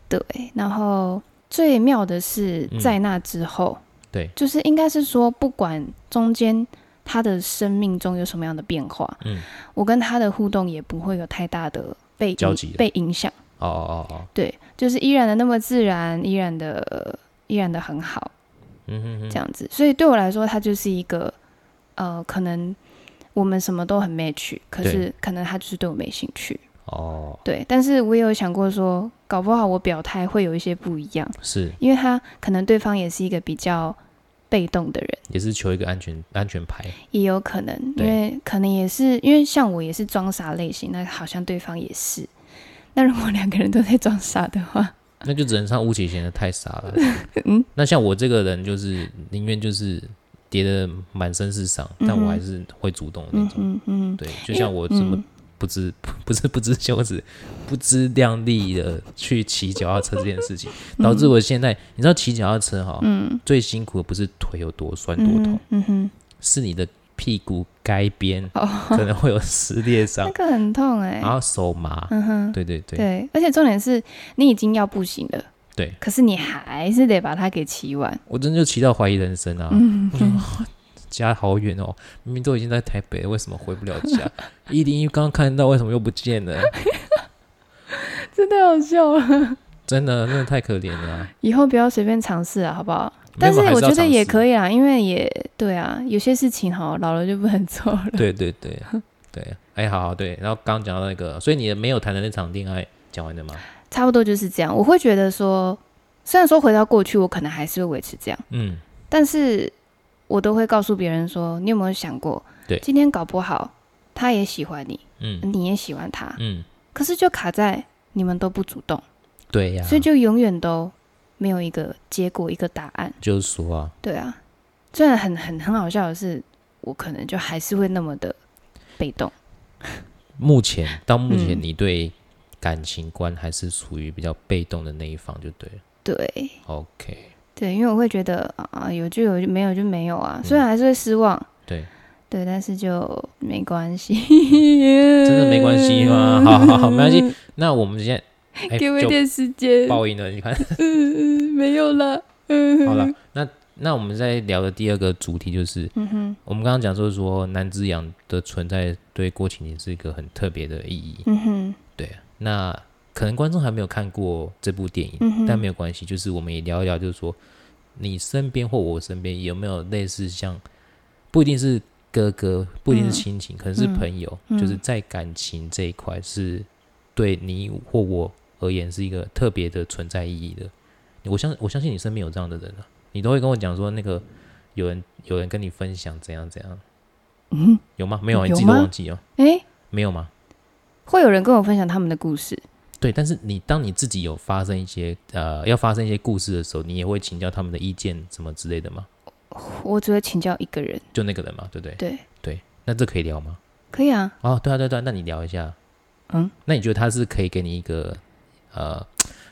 [SPEAKER 2] 对，然后最妙的是
[SPEAKER 1] 嗯
[SPEAKER 2] 在那之后，
[SPEAKER 1] 对
[SPEAKER 2] 就是应该是说，不管中间他的生命中有什么样的变化，
[SPEAKER 1] 嗯，
[SPEAKER 2] 我跟他的互动也不会有太大的被影
[SPEAKER 1] 交集了
[SPEAKER 2] 被影响，
[SPEAKER 1] 哦哦哦哦，
[SPEAKER 2] 对，就是依然的那么自然，依然的依然的很好
[SPEAKER 1] 嗯哼哼，
[SPEAKER 2] 这样子，所以对我来说，他就是一个呃，可能我们什么都很 match，可是可能他就是对我没兴趣。
[SPEAKER 1] 哦，
[SPEAKER 2] 对，但是我也有想过说，搞不好我表态会有一些不一样，
[SPEAKER 1] 是
[SPEAKER 2] 因为他可能对方也是一个比较被动的人，
[SPEAKER 1] 也是求一个安全安全牌，
[SPEAKER 2] 也有可能，因
[SPEAKER 1] 对
[SPEAKER 2] 为可能也是因为像我也是装傻类型，那好像对方也是。那如果两个人都在装傻的话，
[SPEAKER 1] 那就只能唱巫启贤的太傻了。
[SPEAKER 2] 嗯，
[SPEAKER 1] 那像我这个人就是宁愿就是跌得满身是伤，但我还是会主动的那
[SPEAKER 2] 嗯
[SPEAKER 1] 种。
[SPEAKER 2] 嗯嗯，
[SPEAKER 1] 对，就像我这么
[SPEAKER 2] 嗯
[SPEAKER 1] 不知 不是不知羞耻、不知量力的去骑脚踏车这件事情，导致我现在你知道骑脚踏车哈，
[SPEAKER 2] 嗯
[SPEAKER 1] 最辛苦的不是腿有多酸多
[SPEAKER 2] 嗯
[SPEAKER 1] 痛
[SPEAKER 2] 哼，嗯哼，
[SPEAKER 1] 是你的屁股该边
[SPEAKER 2] 哦，
[SPEAKER 1] 可能会有撕裂
[SPEAKER 2] 那
[SPEAKER 1] 伤，
[SPEAKER 2] 个很痛哎、
[SPEAKER 1] 然后手麻，
[SPEAKER 2] 嗯哼，
[SPEAKER 1] 对对对，
[SPEAKER 2] 对，而且重点是你已经要不行了，
[SPEAKER 1] 对
[SPEAKER 2] 可是你还是得把它给骑完，
[SPEAKER 1] 我真的就骑到怀疑人生啊，
[SPEAKER 2] 嗯
[SPEAKER 1] 我想啊 家好远哦，明明都已经在台北了，为什么回不了家？ 一零一刚看到，为什么又不见了？
[SPEAKER 2] 真的好笑了。
[SPEAKER 1] 真的，真的太可怜了啊、
[SPEAKER 2] 以后不要随便尝试了，好不好？但是
[SPEAKER 1] 没有还
[SPEAKER 2] 我觉得也
[SPEAKER 1] 以。
[SPEAKER 2] 可以啦，因为也对啊，有些事情哈，老了就不能做 了。
[SPEAKER 1] 对对对对，哎，好好对。然后刚刚讲到那个，所以你没有谈的那场恋爱讲完了吗？
[SPEAKER 2] 差不多就是这样。我会觉得说，虽然说回到过去，我可能还是会维持这样，
[SPEAKER 1] 嗯，
[SPEAKER 2] 但是我都会告诉别人说，你有没有想过，
[SPEAKER 1] 对
[SPEAKER 2] 今天搞不好他也喜欢你，
[SPEAKER 1] 嗯
[SPEAKER 2] 你也喜欢他，
[SPEAKER 1] 嗯，
[SPEAKER 2] 可是就卡在你们都不主动，
[SPEAKER 1] 对啊呀、
[SPEAKER 2] 所以就永远都没有一个结果，一个答案。
[SPEAKER 1] 就是说啊，
[SPEAKER 2] 对啊，虽然很很很好笑的是，我可能就还是会那么的被动。
[SPEAKER 1] 目前到目前
[SPEAKER 2] 嗯
[SPEAKER 1] 你对感情观还是属于比较被动的那一方，就对了。
[SPEAKER 2] 嗯对
[SPEAKER 1] OK，
[SPEAKER 2] 对，因为我会觉得啊，有就有，没有就没有啊，虽然还是会失望，
[SPEAKER 1] 对，
[SPEAKER 2] 对，但是就没关系，
[SPEAKER 1] 真
[SPEAKER 2] 真
[SPEAKER 1] 的没关系吗？ 好好好，没关系。那我们现在哎
[SPEAKER 2] 嗯给我一
[SPEAKER 1] 就
[SPEAKER 2] 点时间。
[SPEAKER 1] 报应了，你 看，
[SPEAKER 2] 嗯，嗯没有了。嗯，
[SPEAKER 1] 好了，，那。那我们在聊的第二个主题就是，
[SPEAKER 2] 嗯哼，
[SPEAKER 1] 我们刚刚讲说说男之养的存在对郭麒麟是一个很特别的意义。
[SPEAKER 2] 嗯哼，
[SPEAKER 1] 对，那可能观众还没有看过这部电影，
[SPEAKER 2] 嗯哼
[SPEAKER 1] 但没有关系，就是我们也聊一聊，就是说你身边或我身边有没有类似像，不一定是哥哥，不一定是亲情，可能是朋友，
[SPEAKER 2] 嗯
[SPEAKER 1] 就是在感情这一块是对你或我而言是一个特别的存在意义的。我相我相信你身边有这样的人啊，你都会跟我讲说那个有人有人跟你分享怎样怎样，
[SPEAKER 2] 嗯，
[SPEAKER 1] 有吗？没有啊，你
[SPEAKER 2] 有
[SPEAKER 1] 自己都
[SPEAKER 2] 吗
[SPEAKER 1] 忘记哦，
[SPEAKER 2] 诶，
[SPEAKER 1] 没有吗？
[SPEAKER 2] 会有人跟我分享他们的故事，
[SPEAKER 1] 对，但是你当你自己有发生一些呃要发生一些故事的时候，你也会请教他们的意见什么之类的吗？
[SPEAKER 2] 我只会请教一个人。
[SPEAKER 1] 就那个人嘛，对不对？
[SPEAKER 2] 对，
[SPEAKER 1] 那这可以聊吗？
[SPEAKER 2] 可以啊，
[SPEAKER 1] 哦，对啊，对啊对啊，那你聊一下。
[SPEAKER 2] 嗯，
[SPEAKER 1] 那你觉得他是可以给你一个呃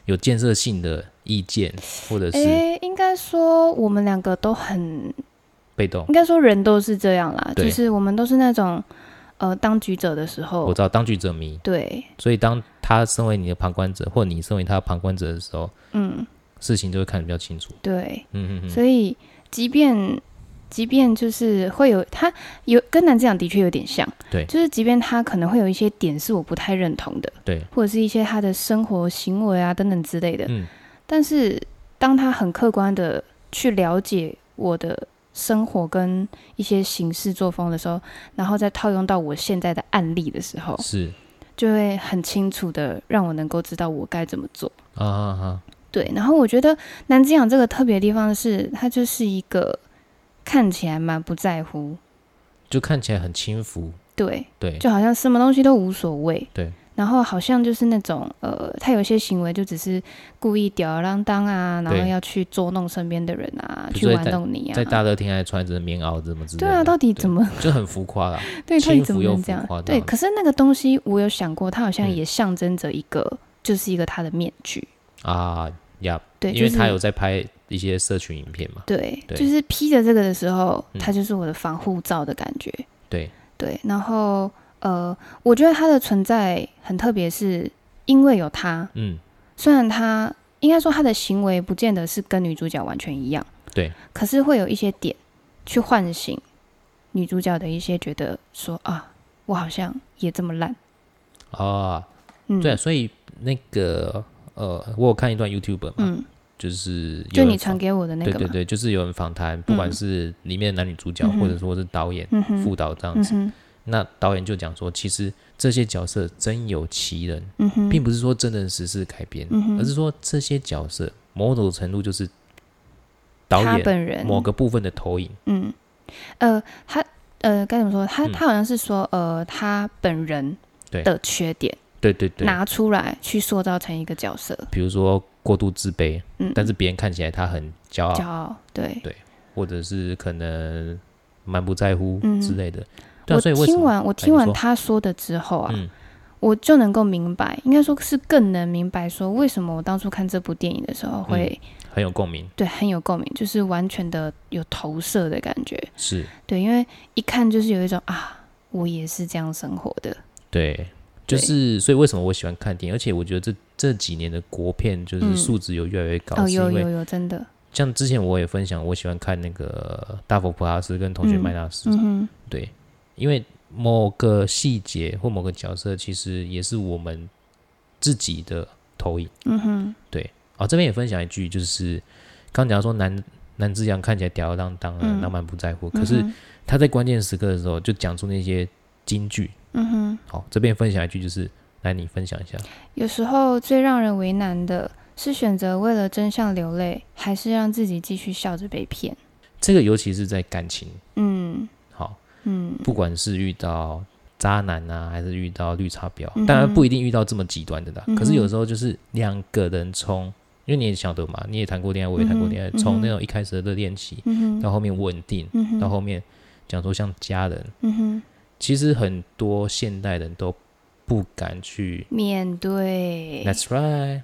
[SPEAKER 1] 有建设性的意见，或者是
[SPEAKER 2] 诶，应该说我们两个都很，
[SPEAKER 1] 被动？
[SPEAKER 2] 应该说人都是这样啦，
[SPEAKER 1] 对
[SPEAKER 2] 就是我们都是那种，呃，当局者的时
[SPEAKER 1] 我
[SPEAKER 2] 候，
[SPEAKER 1] 知道当局者迷，
[SPEAKER 2] 对，
[SPEAKER 1] 所以当他身为你的旁观者，或你身为他的旁观者的时候，
[SPEAKER 2] 嗯，
[SPEAKER 1] 事情就会看得比较清楚。
[SPEAKER 2] 对，
[SPEAKER 1] 嗯嗯嗯，
[SPEAKER 2] 所以即便即便就是会有他有跟男子讲的确有点像，
[SPEAKER 1] 对
[SPEAKER 2] 就是即便他可能会有一些点是我不太认同的，
[SPEAKER 1] 对，
[SPEAKER 2] 或者是一些他的生活行为啊等等之类的，
[SPEAKER 1] 嗯
[SPEAKER 2] 但是当他很客观的去了解我的生活跟一些行事作风的时候，然后再套用到我现在的案例的时候，
[SPEAKER 1] 是
[SPEAKER 2] 就会很清楚的让我能够知道我该怎么做。
[SPEAKER 1] 啊啊啊，
[SPEAKER 2] 对，然后我觉得南京养这个特别的地方是，它就是一个看起来蛮不在乎，
[SPEAKER 1] 就看起来很轻浮，
[SPEAKER 2] 对，
[SPEAKER 1] 对
[SPEAKER 2] 就好像什么东西都无所谓，
[SPEAKER 1] 对。
[SPEAKER 2] 然后好像就是那种呃，他有些行为就只是故意吊儿郎当啊，然后
[SPEAKER 1] 对
[SPEAKER 2] 要去捉弄身边的人啊，
[SPEAKER 1] 比
[SPEAKER 2] 去
[SPEAKER 1] 如说
[SPEAKER 2] 玩
[SPEAKER 1] 在
[SPEAKER 2] 弄你啊
[SPEAKER 1] 在。大热天还穿着棉袄怎么之类
[SPEAKER 2] 对啊，
[SPEAKER 1] 的，
[SPEAKER 2] 到底
[SPEAKER 1] 对
[SPEAKER 2] 怎么
[SPEAKER 1] 就很浮夸啦。
[SPEAKER 2] 对，到底
[SPEAKER 1] 轻
[SPEAKER 2] 怎
[SPEAKER 1] 浮
[SPEAKER 2] 么
[SPEAKER 1] 又
[SPEAKER 2] 能
[SPEAKER 1] 浮
[SPEAKER 2] 这样
[SPEAKER 1] 夸？
[SPEAKER 2] 对，
[SPEAKER 1] 到
[SPEAKER 2] 可是那个东西我有想过，它好像
[SPEAKER 1] 嗯
[SPEAKER 2] 也象征着一个，就是一个它的面具。
[SPEAKER 1] 啊呀，
[SPEAKER 2] 对，
[SPEAKER 1] 因为
[SPEAKER 2] 就是
[SPEAKER 1] 他有在拍一些社群影片嘛，
[SPEAKER 2] 对，
[SPEAKER 1] 对
[SPEAKER 2] 就是披着这个的时候，
[SPEAKER 1] 嗯
[SPEAKER 2] 它就是我的防护罩的感觉。
[SPEAKER 1] 对
[SPEAKER 2] 对，然后呃，我觉得它的存在很特别，是因为有它，
[SPEAKER 1] 嗯，
[SPEAKER 2] 虽然它应该说它的行为不见得是跟女主角完全一样，
[SPEAKER 1] 对，
[SPEAKER 2] 可是会有一些点去唤醒女主角的一些觉得说啊，我好像也这么烂。
[SPEAKER 1] 啊，
[SPEAKER 2] 嗯，
[SPEAKER 1] 对啊，所以那个呃，我有看一段 YouTube 嘛，
[SPEAKER 2] 嗯，
[SPEAKER 1] 就是啊有
[SPEAKER 2] 就
[SPEAKER 1] 人
[SPEAKER 2] 你传
[SPEAKER 1] 访
[SPEAKER 2] 给我的那个
[SPEAKER 1] 对
[SPEAKER 2] 嘛，
[SPEAKER 1] 对对，就是有人访谈，不管
[SPEAKER 2] 嗯
[SPEAKER 1] 是里面的男女主角，
[SPEAKER 2] 嗯哼
[SPEAKER 1] 或者说是导演、
[SPEAKER 2] 嗯哼，
[SPEAKER 1] 副导这样
[SPEAKER 2] 嗯
[SPEAKER 1] 子，
[SPEAKER 2] 哼，
[SPEAKER 1] 那导演就讲说，其实这些角色真有其人，
[SPEAKER 2] 嗯哼，
[SPEAKER 1] 并不是说真人实事改编，
[SPEAKER 2] 嗯哼
[SPEAKER 1] 而是说这些角色某种程度就是导
[SPEAKER 2] 他
[SPEAKER 1] 演
[SPEAKER 2] 本人
[SPEAKER 1] 某个部分的投影。
[SPEAKER 2] 嗯，呃，他呃该怎么说？他
[SPEAKER 1] 嗯
[SPEAKER 2] 他好像是说呃他本人
[SPEAKER 1] 对
[SPEAKER 2] 的缺点
[SPEAKER 1] 对对对，
[SPEAKER 2] 拿出来去塑造成一个角色，
[SPEAKER 1] 比如说过度自卑，
[SPEAKER 2] 嗯，
[SPEAKER 1] 但是啊别人看起来他很骄傲，
[SPEAKER 2] 骄傲，对。
[SPEAKER 1] 或者是可能蛮不在乎
[SPEAKER 2] 嗯
[SPEAKER 1] 之类的。对、啊，
[SPEAKER 2] 我
[SPEAKER 1] 所以为什
[SPEAKER 2] 听
[SPEAKER 1] 么？
[SPEAKER 2] 完我听完
[SPEAKER 1] 你说
[SPEAKER 2] 他说的之后啊，
[SPEAKER 1] 嗯
[SPEAKER 2] 我就能够明白，应该说是更能明白说为什么我当初看这部电影的时候会、
[SPEAKER 1] 很有共鸣，
[SPEAKER 2] 对很有共鸣，就是完全的有投射的感觉。
[SPEAKER 1] 是
[SPEAKER 2] 对，因为一看就是有一种啊，我也是这样生活的。
[SPEAKER 1] 对，就
[SPEAKER 2] 对
[SPEAKER 1] 是所以为什么我喜欢看电影，而且我觉得这这几年的国片就
[SPEAKER 2] 嗯
[SPEAKER 1] 是素质有越来越高，
[SPEAKER 2] 哦，
[SPEAKER 1] 是
[SPEAKER 2] 有
[SPEAKER 1] 因
[SPEAKER 2] 有
[SPEAKER 1] 为
[SPEAKER 2] 有，真的，
[SPEAKER 1] 像之前我也分享，我喜欢看那个大佛普拉斯跟同学
[SPEAKER 2] 嗯
[SPEAKER 1] 麦纳斯，
[SPEAKER 2] 嗯哼，
[SPEAKER 1] 对，因为某个细节或某个角色其实也是我们自己的投影。
[SPEAKER 2] 嗯哼，
[SPEAKER 1] 哦，这边也分享一句，就是刚讲说男男之阳看起来吊儿郎当啊，
[SPEAKER 2] 嗯
[SPEAKER 1] 浪漫不在乎，
[SPEAKER 2] 嗯
[SPEAKER 1] 可是
[SPEAKER 2] 哼，
[SPEAKER 1] 他在关键时刻的时候就讲出那些金句。
[SPEAKER 2] 嗯哼，
[SPEAKER 1] 好、这边分享一句，就是来你分享一下。
[SPEAKER 2] 有时候最让人为难的是选择为了真相流泪，还是让自己继续笑着被骗。
[SPEAKER 1] 这个尤其是在感情，哦
[SPEAKER 2] 嗯
[SPEAKER 1] 好、
[SPEAKER 2] 嗯，
[SPEAKER 1] 不管是遇到渣男啊，还是遇到绿茶婊，
[SPEAKER 2] 嗯哼
[SPEAKER 1] 当然不一定遇到这么极端的啦。
[SPEAKER 2] 嗯哼
[SPEAKER 1] 可是有时候就是两个人冲，因为你也晓得嘛，你也谈过恋爱，我也谈过恋爱
[SPEAKER 2] 嗯，哼
[SPEAKER 1] 从、
[SPEAKER 2] 嗯哼
[SPEAKER 1] 那种一开始的热恋期
[SPEAKER 2] 嗯哼，
[SPEAKER 1] 到后面稳定，
[SPEAKER 2] 嗯哼，
[SPEAKER 1] 到后面讲说像家人，
[SPEAKER 2] 嗯哼，
[SPEAKER 1] 其实很多现代人都不敢去。
[SPEAKER 2] 面对，
[SPEAKER 1] That's right，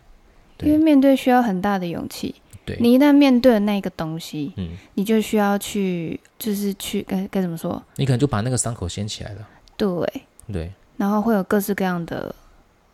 [SPEAKER 1] 对
[SPEAKER 2] 因为面对需要很大的勇气。
[SPEAKER 1] 对，
[SPEAKER 2] 你一旦面对了那个东西，
[SPEAKER 1] 嗯，
[SPEAKER 2] 你就需要去，就是去该该怎么说？
[SPEAKER 1] 你可能就把那个伤口掀起来了。
[SPEAKER 2] 对，
[SPEAKER 1] 对，
[SPEAKER 2] 然后会有各式各样的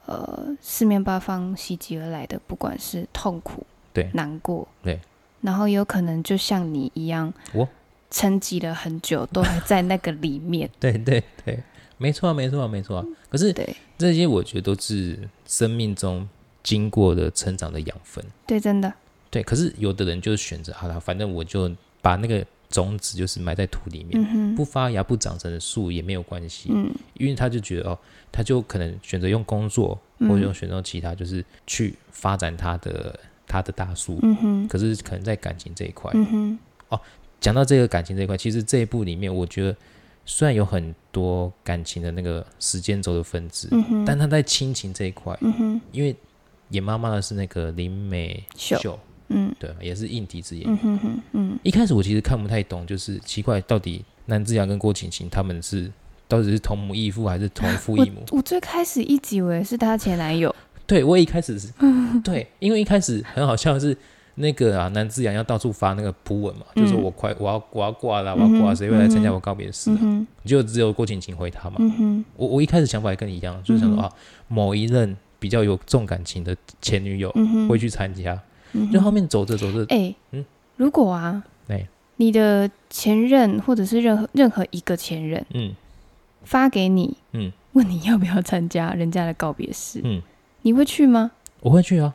[SPEAKER 2] 呃四面八方袭击而来的，不管是痛苦、
[SPEAKER 1] 对
[SPEAKER 2] 难过，
[SPEAKER 1] 对，
[SPEAKER 2] 然后也有可能就像你一样，
[SPEAKER 1] 我
[SPEAKER 2] 沉寂了很久，都还在那个里 面。
[SPEAKER 1] 对对对，没错啊，没错啊，没错
[SPEAKER 2] 嗯
[SPEAKER 1] 啊。可是
[SPEAKER 2] 对
[SPEAKER 1] 这些我觉得都是生命中经过的成长的养分。
[SPEAKER 2] 对，真的，
[SPEAKER 1] 对，可是有的人就是选择好了，反正我就把那个种子就是埋在土里面，
[SPEAKER 2] 嗯
[SPEAKER 1] 不
[SPEAKER 2] 哼，
[SPEAKER 1] 发芽不长成的树也没有关系，
[SPEAKER 2] 嗯
[SPEAKER 1] 因为他就觉得哦，他就可能选择用工作或者
[SPEAKER 2] 嗯
[SPEAKER 1] 用选择其他，就是去发展他的他的大树。
[SPEAKER 2] 嗯哼，
[SPEAKER 1] 可是可能在感情这一块，
[SPEAKER 2] 嗯哼，
[SPEAKER 1] 讲到这个感情这一块，其实这一部里面，我觉得虽然有很多感情的那个时间轴的分支，
[SPEAKER 2] 嗯哼，
[SPEAKER 1] 但他在亲情这一块，
[SPEAKER 2] 嗯哼，
[SPEAKER 1] 因为演妈妈的是那个林美
[SPEAKER 2] 秀，
[SPEAKER 1] 秀，
[SPEAKER 2] 嗯
[SPEAKER 1] 对，也是硬体之演。
[SPEAKER 2] 嗯哼哼，嗯
[SPEAKER 1] 一开始我其实看不太懂，就是奇怪到底南志扬跟郭晴晴他们是到底是同母异父还是同父异母？
[SPEAKER 2] 我最开始一直以为是她前男友，
[SPEAKER 1] 对我一开始是，对，因为一开始很好笑的是。那个啊，南志扬要到处发那个铺文嘛，就说
[SPEAKER 2] 嗯
[SPEAKER 1] 我快我要我要挂了，我
[SPEAKER 2] 嗯
[SPEAKER 1] 要
[SPEAKER 2] 哼
[SPEAKER 1] 挂了，谁会来参加
[SPEAKER 2] 嗯哼
[SPEAKER 1] 我告别式
[SPEAKER 2] 嗯
[SPEAKER 1] 啊？
[SPEAKER 2] 哼，
[SPEAKER 1] 就只有郭晴晴回他嘛。
[SPEAKER 2] 嗯哼，
[SPEAKER 1] 我我一开始想法也跟你一样，就是想
[SPEAKER 2] 嗯
[SPEAKER 1] 说
[SPEAKER 2] 哼
[SPEAKER 1] 啊，某一任比较有重感情的前女友
[SPEAKER 2] 嗯哼，
[SPEAKER 1] 会去参加，
[SPEAKER 2] 嗯哼
[SPEAKER 1] 就后面走着走着，
[SPEAKER 2] 哎
[SPEAKER 1] 嗯，
[SPEAKER 2] 如果啊
[SPEAKER 1] 哎，
[SPEAKER 2] 你你的前任或者是任何任何一个前任
[SPEAKER 1] 嗯
[SPEAKER 2] 发给你，
[SPEAKER 1] 嗯，
[SPEAKER 2] 问你要不要参加人家的告别式，
[SPEAKER 1] 嗯，
[SPEAKER 2] 你会去吗？
[SPEAKER 1] 我会去啊，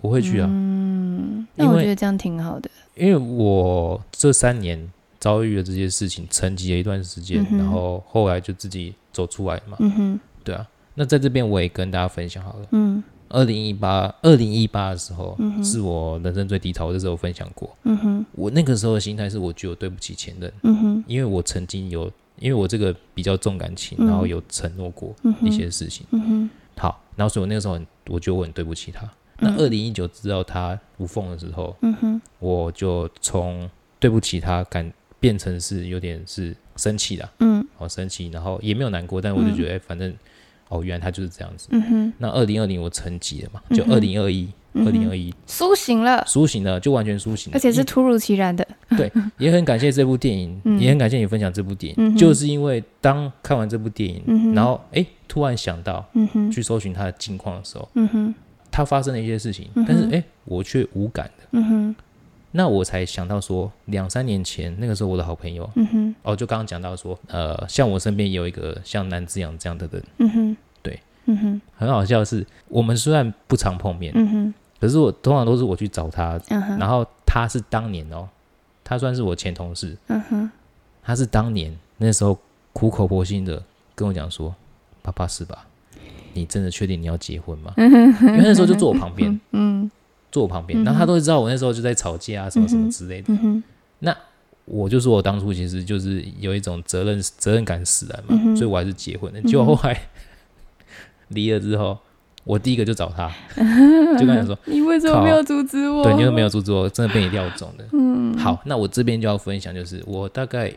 [SPEAKER 1] 我会去啊，
[SPEAKER 2] 嗯，那
[SPEAKER 1] 因
[SPEAKER 2] 我
[SPEAKER 1] 为
[SPEAKER 2] 觉得这样挺好的。
[SPEAKER 1] 因为我这三年遭遇了这些事情，沉寂了一段时间
[SPEAKER 2] 嗯，哼
[SPEAKER 1] 然后后来就自己走出来了嘛，
[SPEAKER 2] 嗯哼，
[SPEAKER 1] 对啊。那在这边我也跟大家分享好了，
[SPEAKER 2] 嗯
[SPEAKER 1] 二零一八二零一八的时候、
[SPEAKER 2] 嗯哼
[SPEAKER 1] 是我人生最低潮，我这时候分享过，
[SPEAKER 2] 嗯哼，
[SPEAKER 1] 我那个时候的心态是我觉得我对不起前任，
[SPEAKER 2] 嗯哼，
[SPEAKER 1] 因为我曾经有，因为我这个比较重感情，
[SPEAKER 2] 嗯
[SPEAKER 1] 然后有承诺过
[SPEAKER 2] 嗯哼，
[SPEAKER 1] 一些事情。
[SPEAKER 2] 嗯哼，
[SPEAKER 1] 好，然后所以我那个时候很，我觉得我很对不起他。那
[SPEAKER 2] 嗯
[SPEAKER 1] 二零一九知道他无缝的时候，
[SPEAKER 2] 嗯哼，
[SPEAKER 1] 我就从对不起他感变成是有点是生气的，
[SPEAKER 2] 嗯
[SPEAKER 1] 哦，生气，然后也没有难过，但我就觉得、哎反正哦，原来他就是这样子。
[SPEAKER 2] 嗯哼，
[SPEAKER 1] 那二零二零我沉寂了嘛，就
[SPEAKER 2] 嗯
[SPEAKER 1] 二
[SPEAKER 2] 哼
[SPEAKER 1] 零二一、
[SPEAKER 2] 嗯
[SPEAKER 1] 二
[SPEAKER 2] 哼
[SPEAKER 1] 零二一
[SPEAKER 2] 苏醒了，
[SPEAKER 1] 苏醒了，就完全苏醒了，
[SPEAKER 2] 而且是
[SPEAKER 1] 因
[SPEAKER 2] 突如其然的。
[SPEAKER 1] 也很感谢这部电影，
[SPEAKER 2] 嗯
[SPEAKER 1] 也很感谢你分享这部电影，
[SPEAKER 2] 嗯哼
[SPEAKER 1] 就是因为当看完这部电影，
[SPEAKER 2] 嗯哼
[SPEAKER 1] 然后诶突然想到
[SPEAKER 2] 嗯哼，
[SPEAKER 1] 去搜寻他的近况的时候，
[SPEAKER 2] 嗯哼，
[SPEAKER 1] 他发生了一些事情，
[SPEAKER 2] 嗯哼
[SPEAKER 1] 但是诶我却无感的，
[SPEAKER 2] 嗯哼，
[SPEAKER 1] 那我才想到说，两三年前那个时候我的好朋友，
[SPEAKER 2] 嗯哼，
[SPEAKER 1] 哦，就刚刚讲到说，呃，像我身边也有一个像南之阳这样的人，
[SPEAKER 2] 嗯哼，
[SPEAKER 1] 对，
[SPEAKER 2] 嗯哼，
[SPEAKER 1] 很好笑的是，我们虽然不常碰面，
[SPEAKER 2] 嗯哼，
[SPEAKER 1] 可是我通常都是我去找他，
[SPEAKER 2] 嗯哼，
[SPEAKER 1] 然后他是当年哦，他算是我前同事，
[SPEAKER 2] 嗯哼，
[SPEAKER 1] 他是当年那时候苦口婆心的跟我讲说：“爸爸是吧？你真的确定你要结婚吗？”因为那时候就坐我旁边，
[SPEAKER 2] 嗯
[SPEAKER 1] 坐我旁边，然后他都会知道我那时候就在吵架啊，什么什么之类的。
[SPEAKER 2] 嗯哼，
[SPEAKER 1] 我就说我当初其实就是有一种责任责任感使然嘛，
[SPEAKER 2] 嗯哼
[SPEAKER 1] 所以我还是结婚的。结果后来 离了之后，我第一个就找 他，就跟他说
[SPEAKER 2] 你为什么没有阻止：“我？
[SPEAKER 1] 对，你有没有阻止我？真的被你料中的。
[SPEAKER 2] 哦嗯”
[SPEAKER 1] 好，那我这边就要分享，就是我大概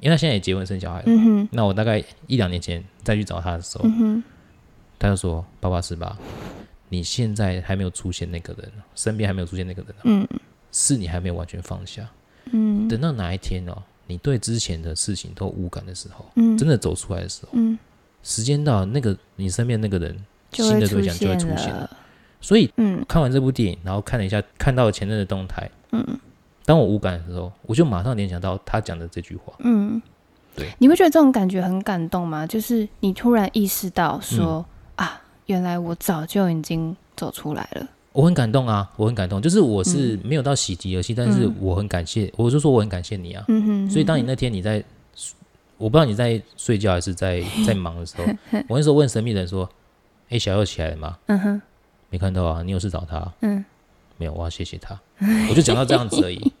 [SPEAKER 1] 因为他现在也结婚生小孩了，
[SPEAKER 2] 嗯哼，
[SPEAKER 1] 那我大概一两年前再去找他的时候，
[SPEAKER 2] 嗯哼，
[SPEAKER 1] 他就说：“爸爸是吧？你现在还没有出现那个人，哦身边还没有出现那个人，哦
[SPEAKER 2] 嗯
[SPEAKER 1] 是你还没有完全放下。
[SPEAKER 2] 嗯
[SPEAKER 1] 等到哪一天哦，你对之前的事情都无感的时候，
[SPEAKER 2] 嗯，
[SPEAKER 1] 真的走出来的时候，
[SPEAKER 2] 嗯，
[SPEAKER 1] 时间到了，那个你身边那个人
[SPEAKER 2] 就
[SPEAKER 1] 新
[SPEAKER 2] 会
[SPEAKER 1] 的
[SPEAKER 2] 出
[SPEAKER 1] 对象就会出现了。
[SPEAKER 2] 了。
[SPEAKER 1] 所以
[SPEAKER 2] 嗯
[SPEAKER 1] 看完这部电影，然后看了一下，看到了前任的动态，
[SPEAKER 2] 嗯
[SPEAKER 1] 当我无感的时候，我就马上联想到他讲的这句话。
[SPEAKER 2] 嗯，
[SPEAKER 1] 对，
[SPEAKER 2] 你会觉得这种感觉很感动吗？就是你突然意识到
[SPEAKER 1] 嗯
[SPEAKER 2] 说、啊，原来我早就已经走出来了。
[SPEAKER 1] 我很感动啊，我很感动，就是我是没有到喜极而泣，但是
[SPEAKER 2] 嗯
[SPEAKER 1] 我很感谢，我就说我很感谢你啊。
[SPEAKER 2] 嗯哼，
[SPEAKER 1] 所以当你那天你在，我不知道你在睡觉还是在 在忙的时候，我那时候问神秘人说：“哎、小佑起来了吗
[SPEAKER 2] 嗯哼，？”
[SPEAKER 1] 没看到啊，你有事找他？
[SPEAKER 2] 嗯，
[SPEAKER 1] 没有，我要谢谢他。我就讲到这样子而 已。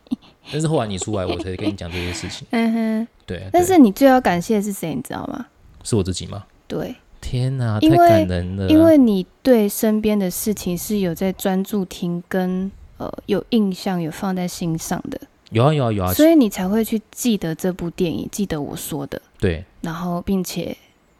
[SPEAKER 1] 但是后来你出来，我才跟你讲这些事情。
[SPEAKER 2] 嗯哼，
[SPEAKER 1] 对啊，
[SPEAKER 2] 但
[SPEAKER 1] 对
[SPEAKER 2] 是你最要感谢的是谁，你知道吗？
[SPEAKER 1] 是我自己吗？
[SPEAKER 2] 对，
[SPEAKER 1] 天哪、
[SPEAKER 2] 因
[SPEAKER 1] 太
[SPEAKER 2] 为
[SPEAKER 1] 感人了啊。
[SPEAKER 2] 因为你对身边的事情是有在专注听跟呃有印象、有放在心上的，
[SPEAKER 1] 有啊有啊有啊，
[SPEAKER 2] 所以你才会去记得这部电影，记得我说的，
[SPEAKER 1] 对
[SPEAKER 2] 然后并且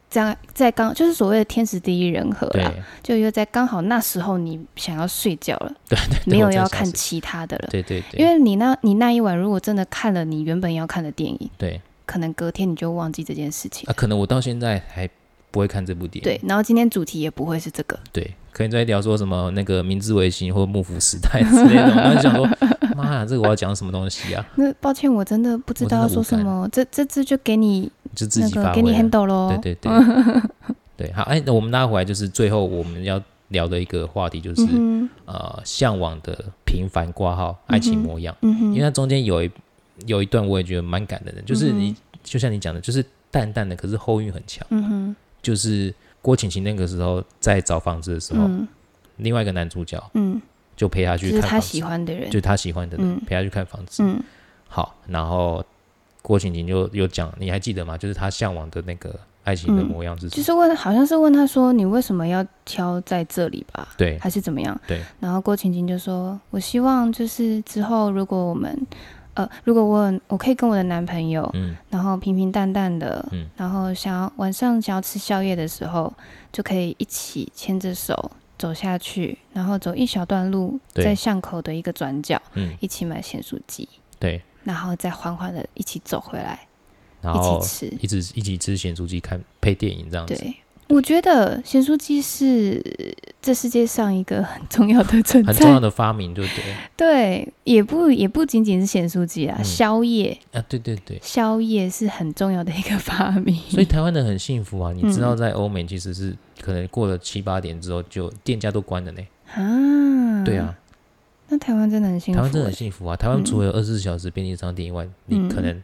[SPEAKER 2] 在在刚就是所谓的天时地利人和
[SPEAKER 1] 对
[SPEAKER 2] 啦，就又在刚好那时候你想要睡觉了，
[SPEAKER 1] 对对，
[SPEAKER 2] 没有
[SPEAKER 1] 我这
[SPEAKER 2] 要
[SPEAKER 1] 个想
[SPEAKER 2] 看
[SPEAKER 1] 法
[SPEAKER 2] 其他的了。
[SPEAKER 1] 对对对，
[SPEAKER 2] 因为你那，你那一晚如果真的看了你原本要看的电影，
[SPEAKER 1] 对
[SPEAKER 2] 可能隔天你就忘记这件事情。
[SPEAKER 1] 啊，可能我到现在还不会看这部电影。
[SPEAKER 2] 对，然后今天主题也不会是这个。
[SPEAKER 1] 对，可能在聊说什么那个明治维新或幕府时代之类的，我当时 想说，妈呀，这个我要讲什么东西啊？
[SPEAKER 2] 那抱歉，我真的不知道要说什么，这这次就给你
[SPEAKER 1] 就自
[SPEAKER 2] 那
[SPEAKER 1] 己发挥
[SPEAKER 2] 个
[SPEAKER 1] 啊。
[SPEAKER 2] 给你 handle 喽。
[SPEAKER 1] 对对对， 对，好，哎，那我们拉回来，就是最后我们要聊的一个话题，就是、
[SPEAKER 2] 嗯哼，
[SPEAKER 1] 呃，向往的平凡挂号，爱情模样，
[SPEAKER 2] 嗯哼，
[SPEAKER 1] 因为它中间有一有一段我也觉得蛮感人的，就是你、就像你讲的，就是淡淡的，可是后韵很强，
[SPEAKER 2] 嗯哼，
[SPEAKER 1] 就是郭晴晴那个时候在找房子的时候，
[SPEAKER 2] 嗯
[SPEAKER 1] 另外一个男主角
[SPEAKER 2] 嗯，
[SPEAKER 1] 就陪她
[SPEAKER 2] 就
[SPEAKER 1] 去
[SPEAKER 2] 是
[SPEAKER 1] 看
[SPEAKER 2] 他
[SPEAKER 1] 房子。
[SPEAKER 2] 喜欢的人
[SPEAKER 1] 就。他喜欢的人，
[SPEAKER 2] 嗯
[SPEAKER 1] 陪他去看房子。
[SPEAKER 2] 嗯
[SPEAKER 1] 好，然后郭晴晴就有讲，你还记得吗？就是他向往的那个爱情的
[SPEAKER 2] 嗯
[SPEAKER 1] 模样是什
[SPEAKER 2] 就
[SPEAKER 1] 么？
[SPEAKER 2] 是问，好像是问他说：“你为什么要挑在这里吧？”
[SPEAKER 1] 对
[SPEAKER 2] 还是怎么样？
[SPEAKER 1] 对。
[SPEAKER 2] 然后郭晴晴就说：“我希望就是之后，如果我们，呃，如果我有我可以跟我的男朋友，
[SPEAKER 1] 嗯
[SPEAKER 2] 然后平平淡淡的，
[SPEAKER 1] 嗯
[SPEAKER 2] 然后想要晚上想要吃宵夜的时候，就可以一起牵着手走下去，然后走一小段路，
[SPEAKER 1] 对
[SPEAKER 2] 在巷口的一个转角，
[SPEAKER 1] 嗯，
[SPEAKER 2] 一起买咸酥鸡，
[SPEAKER 1] 对。
[SPEAKER 2] 然后再缓缓的一起走回来，
[SPEAKER 1] 然
[SPEAKER 2] 一
[SPEAKER 1] 后
[SPEAKER 2] 起吃。
[SPEAKER 1] 一直一起吃咸酥鸡，看配电影这样子。
[SPEAKER 2] 对，我觉得咸酥鸡是这世界上一个很重要的存
[SPEAKER 1] 很重要
[SPEAKER 2] 在，
[SPEAKER 1] 的发明，对不对？
[SPEAKER 2] 对，也不也不仅仅是咸酥鸡啊，
[SPEAKER 1] 嗯
[SPEAKER 2] 宵夜
[SPEAKER 1] 啊，对对对，
[SPEAKER 2] 宵夜是很重要的一个发明，
[SPEAKER 1] 所以台湾人很幸福啊！你知道，
[SPEAKER 2] 嗯
[SPEAKER 1] 在欧美其实是可能过了七八点之后，就店家都关了呢。
[SPEAKER 2] 啊，
[SPEAKER 1] 对啊，，
[SPEAKER 2] 那台湾真的很幸福
[SPEAKER 1] 台
[SPEAKER 2] 欸，嗯
[SPEAKER 1] 湾真的很幸福啊！台湾除了二十四小时便利商店以外，你可能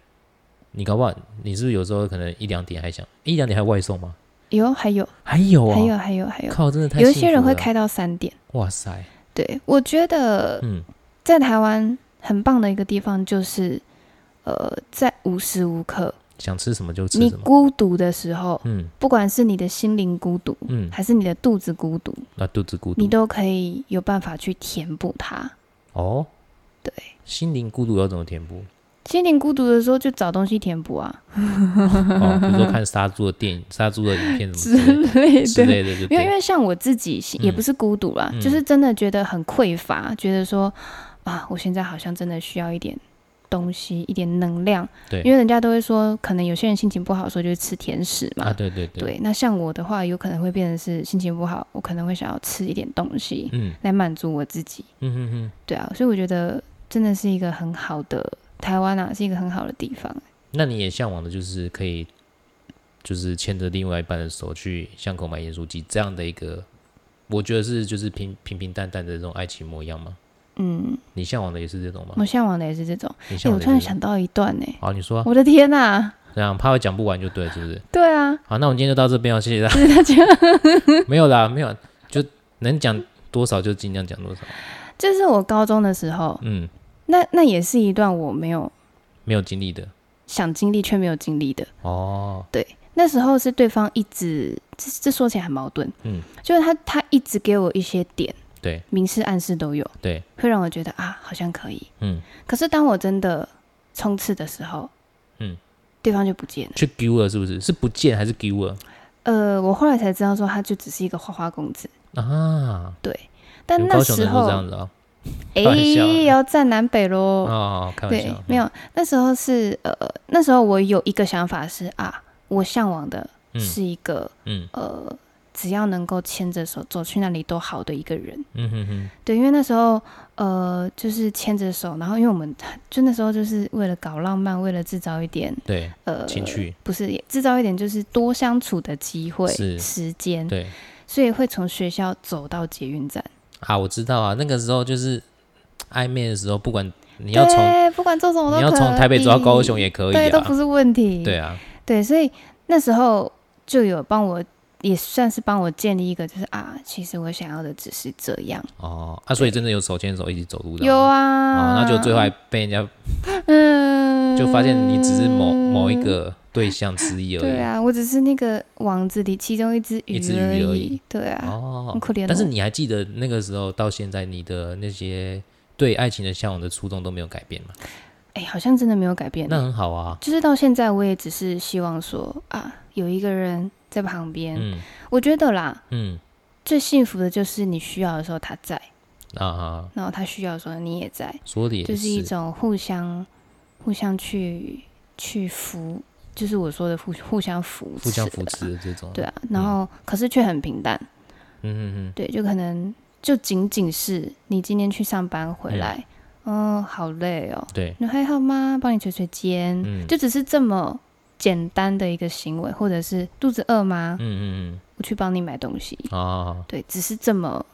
[SPEAKER 1] 你搞不好，你是不是有时候可能一两点还想一两点还外送吗？
[SPEAKER 2] 有还有
[SPEAKER 1] 还有
[SPEAKER 2] 还有
[SPEAKER 1] 啊，
[SPEAKER 2] 还有还有，
[SPEAKER 1] 靠，真的太
[SPEAKER 2] 有一
[SPEAKER 1] 幸
[SPEAKER 2] 些人
[SPEAKER 1] 福
[SPEAKER 2] 会
[SPEAKER 1] 了，
[SPEAKER 2] 开到三点。
[SPEAKER 1] 哇塞，
[SPEAKER 2] 对，我觉得
[SPEAKER 1] 嗯，
[SPEAKER 2] 在台湾很棒的一个地方就是，呃，在无时无刻
[SPEAKER 1] 想吃什么就吃
[SPEAKER 2] 你
[SPEAKER 1] 什么，
[SPEAKER 2] 孤独的时候，
[SPEAKER 1] 嗯
[SPEAKER 2] 不管是你的心灵孤独，
[SPEAKER 1] 嗯，
[SPEAKER 2] 还是你的肚子孤独，
[SPEAKER 1] 那肚子孤
[SPEAKER 2] 你
[SPEAKER 1] 独
[SPEAKER 2] 都可以有办法去填补它。
[SPEAKER 1] 哦，
[SPEAKER 2] 对，
[SPEAKER 1] 心灵孤独要怎么填 补？
[SPEAKER 2] 心灵孤独的时候就找东西填补啊
[SPEAKER 1] 哦，比如说看杀猪的电影、杀猪的影片什
[SPEAKER 2] 之
[SPEAKER 1] 么之类的
[SPEAKER 2] 类
[SPEAKER 1] 之
[SPEAKER 2] 的。
[SPEAKER 1] 类的，对不
[SPEAKER 2] 没有，因
[SPEAKER 1] 对？
[SPEAKER 2] 为像我自己也不是孤独啦，
[SPEAKER 1] 嗯
[SPEAKER 2] 就是真的觉得很匮乏，觉得说啊，我现在好像真的需要一点东西，一点能量。
[SPEAKER 1] 对
[SPEAKER 2] 因为人家都会说，可能有些人心情不好的时候就会吃甜食嘛。
[SPEAKER 1] 啊，对对对，
[SPEAKER 2] 对，那像我的话，有可能会变成是心情不好，我可能会想要吃一点东西
[SPEAKER 1] 嗯
[SPEAKER 2] 来满足我自己。
[SPEAKER 1] 嗯嗯嗯。
[SPEAKER 2] 对啊，所以我觉得真的是一个很好的台湾啊，是一个很好的地方。
[SPEAKER 1] 那你也向往的就是可以，就是牵着另外一半的手去巷口买盐酥鸡这样的一个，我觉得是就是平平平淡淡的这种爱情模样吗？
[SPEAKER 2] 嗯，
[SPEAKER 1] 你向往的也是这种吗
[SPEAKER 2] 我？向往的也是这种。
[SPEAKER 1] 你
[SPEAKER 2] 哎、
[SPEAKER 1] 向
[SPEAKER 2] 我
[SPEAKER 1] 往的
[SPEAKER 2] 突然
[SPEAKER 1] 也是？
[SPEAKER 2] 想到一段呢、
[SPEAKER 1] 好，你说啊、
[SPEAKER 2] 我的天呐、啊！
[SPEAKER 1] 这样怕会讲不完就对了，是不是？
[SPEAKER 2] 对啊，
[SPEAKER 1] 好，那我们今天就到这边哦，谢谢大家。
[SPEAKER 2] 谢 谢大家。
[SPEAKER 1] 没有啦，没有，就能讲多少就尽量讲多少。
[SPEAKER 2] 这是我高中的时候，
[SPEAKER 1] 嗯，
[SPEAKER 2] 那那也是一段我没有
[SPEAKER 1] 没有经历的
[SPEAKER 2] 想经历却没有经历的。
[SPEAKER 1] 哦，
[SPEAKER 2] 那时候是对方一直，这这说起来很矛盾，
[SPEAKER 1] 嗯，
[SPEAKER 2] 就是他他一直给我一些点，
[SPEAKER 1] 对，
[SPEAKER 2] 明示暗示都有，
[SPEAKER 1] 对，
[SPEAKER 2] 会让我觉得啊，好像可以。
[SPEAKER 1] 嗯，
[SPEAKER 2] 可是当我真的冲刺的时候，
[SPEAKER 1] 嗯，
[SPEAKER 2] 对方就不见了。
[SPEAKER 1] 去丢了是不是？是不见还是丢了
[SPEAKER 2] 呃，我后来才知道说，他就只是一个花花公子，
[SPEAKER 1] 啊？
[SPEAKER 2] 对。
[SPEAKER 1] 你
[SPEAKER 2] 但
[SPEAKER 1] 们
[SPEAKER 2] 那
[SPEAKER 1] 高雄
[SPEAKER 2] 时
[SPEAKER 1] 人都这
[SPEAKER 2] 候
[SPEAKER 1] 样，子啊？
[SPEAKER 2] 哎、
[SPEAKER 1] 开玩笑啊
[SPEAKER 2] 要站南北喽。
[SPEAKER 1] 哦，开玩
[SPEAKER 2] 对
[SPEAKER 1] 笑，，
[SPEAKER 2] 没有，那时候是呃，那时候我有一个想法是啊，我向往的
[SPEAKER 1] 嗯
[SPEAKER 2] 是一个、
[SPEAKER 1] 嗯
[SPEAKER 2] 呃，只要能够牵着手走去哪里都好的一个人。
[SPEAKER 1] 嗯哼哼，
[SPEAKER 2] 对，因为那时候呃，就是牵着手，然后因为我们 就那时候就是为了搞浪漫，为了制造一点
[SPEAKER 1] 对，
[SPEAKER 2] 呃
[SPEAKER 1] 情趣，
[SPEAKER 2] 不是也制造一点就是多相处的机会
[SPEAKER 1] 是
[SPEAKER 2] 时间，
[SPEAKER 1] 对
[SPEAKER 2] 所以会从学校走到捷运站。
[SPEAKER 1] 啊，我知道啊，那个时候就是暧昧的时候，不管你要从
[SPEAKER 2] 对不管做什么都
[SPEAKER 1] 你要从
[SPEAKER 2] 可
[SPEAKER 1] 台北走到高雄
[SPEAKER 2] 以
[SPEAKER 1] 也可
[SPEAKER 2] 对
[SPEAKER 1] 以
[SPEAKER 2] 都不
[SPEAKER 1] 啊，
[SPEAKER 2] 是问题。
[SPEAKER 1] 对啊，
[SPEAKER 2] 对，所以那时候就有帮我，也算是帮我建立一个，就是啊，其实我想要的只是这样。
[SPEAKER 1] 哦，啊，所以真的有手牵手一起走路的，
[SPEAKER 2] 有
[SPEAKER 1] 啊，
[SPEAKER 2] 啊，
[SPEAKER 1] 那就最后还被人家
[SPEAKER 2] 嗯，
[SPEAKER 1] 就发现你只是某某一。个对象之一而
[SPEAKER 2] 对
[SPEAKER 1] 已，
[SPEAKER 2] 啊，我只是那个网子里其中一只
[SPEAKER 1] 一只
[SPEAKER 2] 而
[SPEAKER 1] 鱼而已
[SPEAKER 2] 已。对啊，
[SPEAKER 1] 哦
[SPEAKER 2] 很，可怜哦。
[SPEAKER 1] 但是你还记得那个时候到现在你的那些对爱情的向往的初衷都没有改变吗？
[SPEAKER 2] 哎，好像真的没有改变。
[SPEAKER 1] 那很好啊，
[SPEAKER 2] 就是到现在，我也只是希望说啊，有一个人在旁边。
[SPEAKER 1] 嗯
[SPEAKER 2] 我觉得啦，
[SPEAKER 1] 嗯
[SPEAKER 2] 最幸福的就是你需要的时候他在，
[SPEAKER 1] 啊啊，
[SPEAKER 2] 然后他需要的时候你也在。
[SPEAKER 1] 说的也
[SPEAKER 2] 就是一
[SPEAKER 1] 是，
[SPEAKER 2] 种互相互相去去扶，就是我说的互互相扶持，
[SPEAKER 1] 互相扶。持的这种，
[SPEAKER 2] 对
[SPEAKER 1] 嗯
[SPEAKER 2] 啊，然后、可是却很平淡，
[SPEAKER 1] 嗯嗯。
[SPEAKER 2] 对，就可能就仅仅是你今天去上班回
[SPEAKER 1] 嗯
[SPEAKER 2] 来，哦，好累哦，
[SPEAKER 1] 对，
[SPEAKER 2] 你还好吗？帮你捶捶肩，
[SPEAKER 1] 嗯
[SPEAKER 2] 就只是这么简单的一个行为，或者是肚子饿吗？
[SPEAKER 1] 嗯嗯
[SPEAKER 2] 我去帮你买东西，
[SPEAKER 1] 嗯，啊，
[SPEAKER 2] 对，只是这么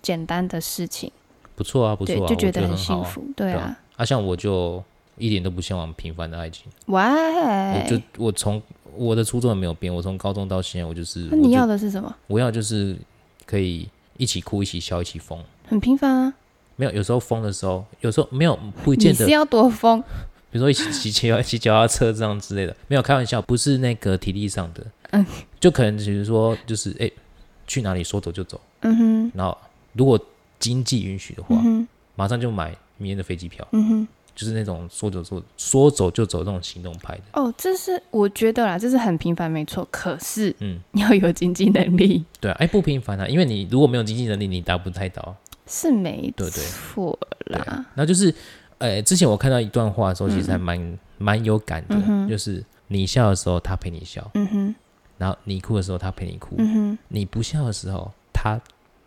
[SPEAKER 2] 简单的事情，
[SPEAKER 1] 不错啊，不
[SPEAKER 2] 对
[SPEAKER 1] 错啊，，
[SPEAKER 2] 就
[SPEAKER 1] 我觉
[SPEAKER 2] 得很
[SPEAKER 1] 好
[SPEAKER 2] 幸
[SPEAKER 1] 啊。
[SPEAKER 2] 福，
[SPEAKER 1] 对
[SPEAKER 2] 对啊
[SPEAKER 1] 啊，啊，像我就一点都不向往平凡的爱情，
[SPEAKER 2] 喂哎
[SPEAKER 1] 我，就我从我的初衷也没有变，我从高中到现在，我就是
[SPEAKER 2] 那
[SPEAKER 1] 我
[SPEAKER 2] 你要
[SPEAKER 1] 就
[SPEAKER 2] 的是什么？
[SPEAKER 1] 我要就是可以一起哭，一起笑，一起疯。
[SPEAKER 2] 很平凡啊，
[SPEAKER 1] 没有，有时候疯的时候，有时候没有不
[SPEAKER 2] 你
[SPEAKER 1] 见得
[SPEAKER 2] 是，要多疯
[SPEAKER 1] 比如说一起骑骑骑脚踏车这样之类的，没有开玩笑，不是那个体力上的，
[SPEAKER 2] 嗯，
[SPEAKER 1] 就可能只是说就是哎、去哪里说走就走，
[SPEAKER 2] 嗯哼，
[SPEAKER 1] 然后如果经济允许的话，
[SPEAKER 2] 嗯哼，
[SPEAKER 1] 马上就买明天的飞机票。
[SPEAKER 2] 嗯哼，
[SPEAKER 1] 就是那种说走就说走就走这种行动派的。
[SPEAKER 2] 哦，这是我觉得啦，这是很平凡没错，可是
[SPEAKER 1] 嗯，
[SPEAKER 2] 你要有经济能 力
[SPEAKER 1] 对啊，哎，不平凡啊，因为你如果没有经济能力，你达不太到。
[SPEAKER 2] 是没
[SPEAKER 1] 对对
[SPEAKER 2] 错啦，
[SPEAKER 1] 那就是，呃，之前我看到一段
[SPEAKER 2] 嗯
[SPEAKER 1] 话的时候，其实还蛮、蛮有感的，就是你笑的时候他陪你笑，
[SPEAKER 2] 嗯哼，
[SPEAKER 1] 然后你哭的时候他陪你哭，
[SPEAKER 2] 嗯哼，
[SPEAKER 1] 你不笑的时候他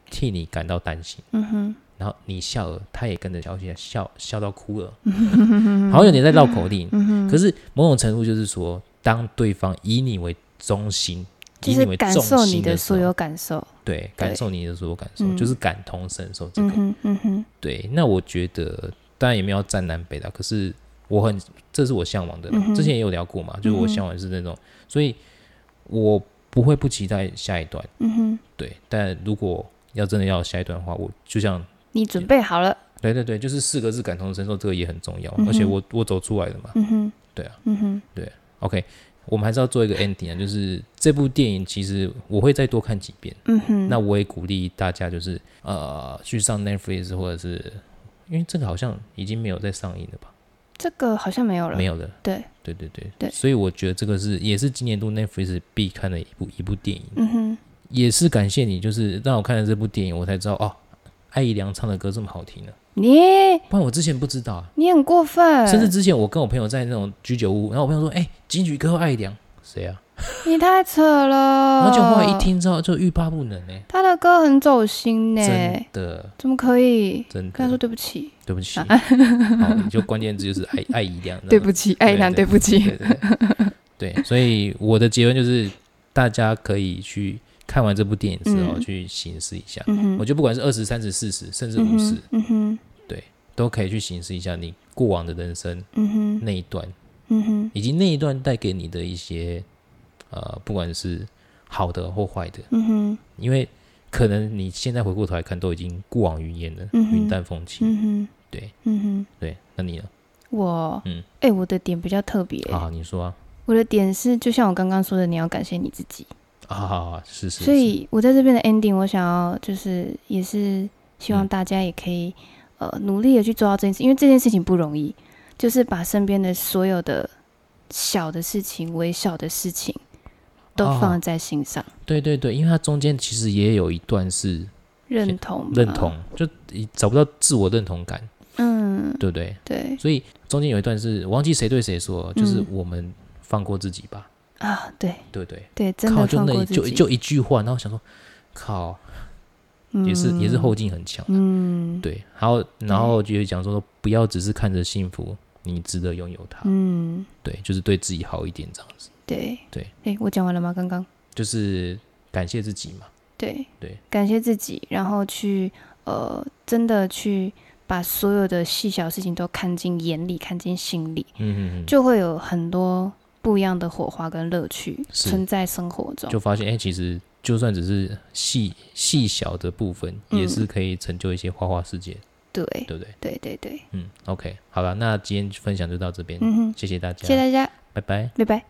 [SPEAKER 1] 替你感到担心，
[SPEAKER 2] 嗯哼，
[SPEAKER 1] 然后你笑了，他也跟着笑起来，笑笑到哭了，好像有点在绕口令。可是某种程度就是说，当对方以你为中心，
[SPEAKER 2] 就
[SPEAKER 1] 以你为
[SPEAKER 2] 是感
[SPEAKER 1] 重
[SPEAKER 2] 受你
[SPEAKER 1] 心
[SPEAKER 2] 的
[SPEAKER 1] 时
[SPEAKER 2] 所
[SPEAKER 1] 候
[SPEAKER 2] 有感受，
[SPEAKER 1] 对，感受你的所有感受，
[SPEAKER 2] 嗯
[SPEAKER 1] 就是感同身受这个。
[SPEAKER 2] 嗯哼，嗯哼，
[SPEAKER 1] 对，那我觉得当然也没有站南北的，可是我很这是我向往的啦，
[SPEAKER 2] 嗯哼
[SPEAKER 1] 之前也有聊过嘛，就是我向往的是那种，所以我不会不期待下一段。
[SPEAKER 2] 嗯哼，
[SPEAKER 1] 对，但如果要真的要有下一段的话，我就像
[SPEAKER 2] 你准备好了，
[SPEAKER 1] 对对对，就是四个字感同身受，这个也很重要，
[SPEAKER 2] 嗯哼
[SPEAKER 1] 而且我我走出来了嘛。
[SPEAKER 2] 嗯哼，
[SPEAKER 1] 对啊，
[SPEAKER 2] 嗯哼，
[SPEAKER 1] OK，我们还是要做一个 ending 啊，就是这部电影其实我会再多看几遍，
[SPEAKER 2] 嗯哼，
[SPEAKER 1] 那我也鼓励大家就是呃去上 Netflix 或者是因为这个好像已经没有在上映了吧？
[SPEAKER 2] 这个好像没有了，
[SPEAKER 1] 没有的，
[SPEAKER 2] 对，
[SPEAKER 1] 对对对
[SPEAKER 2] 对
[SPEAKER 1] 所以我觉得这个是也是今年度 Netflix 必看的一部一部电影，
[SPEAKER 2] 嗯哼，
[SPEAKER 1] 也是感谢你，就是让我看了这部电影，我才知道哦，艾怡良唱的歌这么好听呢、啊
[SPEAKER 2] 你
[SPEAKER 1] 不然我之前不知道啊。
[SPEAKER 2] 你很过分，
[SPEAKER 1] 甚至之前我跟我朋友在那种居酒屋，然后我朋友说：“哎、金曲歌后艾怡良谁啊
[SPEAKER 2] 你太扯？”了，
[SPEAKER 1] 然后就后来一听之后就欲罢不能哎、
[SPEAKER 2] 他的歌很走心呢，
[SPEAKER 1] 真的
[SPEAKER 2] 怎么可以？
[SPEAKER 1] 真
[SPEAKER 2] 跟他说
[SPEAKER 1] 的，
[SPEAKER 2] 对不起，
[SPEAKER 1] 对不起，好，你就关键字就是 艾艾怡良，
[SPEAKER 2] 对不起，艾兰，对不
[SPEAKER 1] 对
[SPEAKER 2] 起，
[SPEAKER 1] 对对，对，所以我的结论就是，大家可以去看完这部电影之后
[SPEAKER 2] 嗯
[SPEAKER 1] 去行思一下。
[SPEAKER 2] 嗯哼，
[SPEAKER 1] 我觉得不管是二十三十四十，甚至
[SPEAKER 2] 嗯
[SPEAKER 1] 五十、
[SPEAKER 2] 哼，嗯哼，
[SPEAKER 1] 都可以去行思一下你过往的人生
[SPEAKER 2] 嗯哼，
[SPEAKER 1] 那一段，
[SPEAKER 2] 嗯哼，
[SPEAKER 1] 以及那一段带给你的一些呃，不管是好的或坏的，
[SPEAKER 2] 嗯哼，
[SPEAKER 1] 因为可能你现在回过头来看，都已经过往云烟了，
[SPEAKER 2] 嗯哼
[SPEAKER 1] 云淡风轻。
[SPEAKER 2] 嗯哼，
[SPEAKER 1] 对
[SPEAKER 2] 嗯哼，
[SPEAKER 1] 对，那你呢？
[SPEAKER 2] 我，
[SPEAKER 1] 嗯
[SPEAKER 2] 哎、我的点比较特别、
[SPEAKER 1] 好好，你说啊，
[SPEAKER 2] 我的点是，就像我刚刚说的，你要感谢你自己。
[SPEAKER 1] 啊好，好好是是，
[SPEAKER 2] 所
[SPEAKER 1] 是
[SPEAKER 2] 以我在这边的 ending，我想要就是也是希望
[SPEAKER 1] 嗯
[SPEAKER 2] 大家也可以、呃努力的去做到这件事，因为这件事情不容易，就是把身边的所有的小的事情、微小的事情都
[SPEAKER 1] 哦
[SPEAKER 2] 放在心上，
[SPEAKER 1] 对对对，因为它中间其实也有一段是
[SPEAKER 2] 认同
[SPEAKER 1] 认
[SPEAKER 2] 吧，
[SPEAKER 1] 同，就找不到自我认同感，
[SPEAKER 2] 嗯，
[SPEAKER 1] 对不对？
[SPEAKER 2] 对
[SPEAKER 1] 所以中间有一段是我忘记谁对谁说，就是
[SPEAKER 2] 嗯
[SPEAKER 1] 我们放过自己吧，
[SPEAKER 2] 啊，对
[SPEAKER 1] 对不对？
[SPEAKER 2] 对，真
[SPEAKER 1] 靠，
[SPEAKER 2] 的
[SPEAKER 1] 就
[SPEAKER 2] 放
[SPEAKER 1] 那
[SPEAKER 2] 过
[SPEAKER 1] 一
[SPEAKER 2] 自
[SPEAKER 1] 就
[SPEAKER 2] 己，
[SPEAKER 1] 就一句话，然后想说，靠，也是、也是后劲很强，
[SPEAKER 2] 嗯
[SPEAKER 1] 对。然后然后就讲说，不要只是看着幸福，你值得拥有它，
[SPEAKER 2] 嗯，
[SPEAKER 1] 对，就是对自己好一点，这样子，
[SPEAKER 2] 对
[SPEAKER 1] 对
[SPEAKER 2] 哎、我讲完了吗？刚刚。
[SPEAKER 1] 就是感谢自己嘛，
[SPEAKER 2] 对
[SPEAKER 1] 对，
[SPEAKER 2] 感谢自己，然后去呃，真的去把所有的细小事情都看进眼里，看进心里，
[SPEAKER 1] 嗯嗯嗯，
[SPEAKER 2] 就会有很多不一样的火花跟乐趣
[SPEAKER 1] 是
[SPEAKER 2] 存在生活中。
[SPEAKER 1] 就发现哎、其实。就算只是细细小的部分，也
[SPEAKER 2] 嗯
[SPEAKER 1] 是可以成就一些花花世界，
[SPEAKER 2] 对
[SPEAKER 1] 对不对？
[SPEAKER 2] 对对对，
[SPEAKER 1] 嗯，OK，好了，那今天分享就到这边，
[SPEAKER 2] 嗯哼，
[SPEAKER 1] 谢谢大家，
[SPEAKER 2] 谢谢大家，
[SPEAKER 1] 拜拜。
[SPEAKER 2] 拜拜。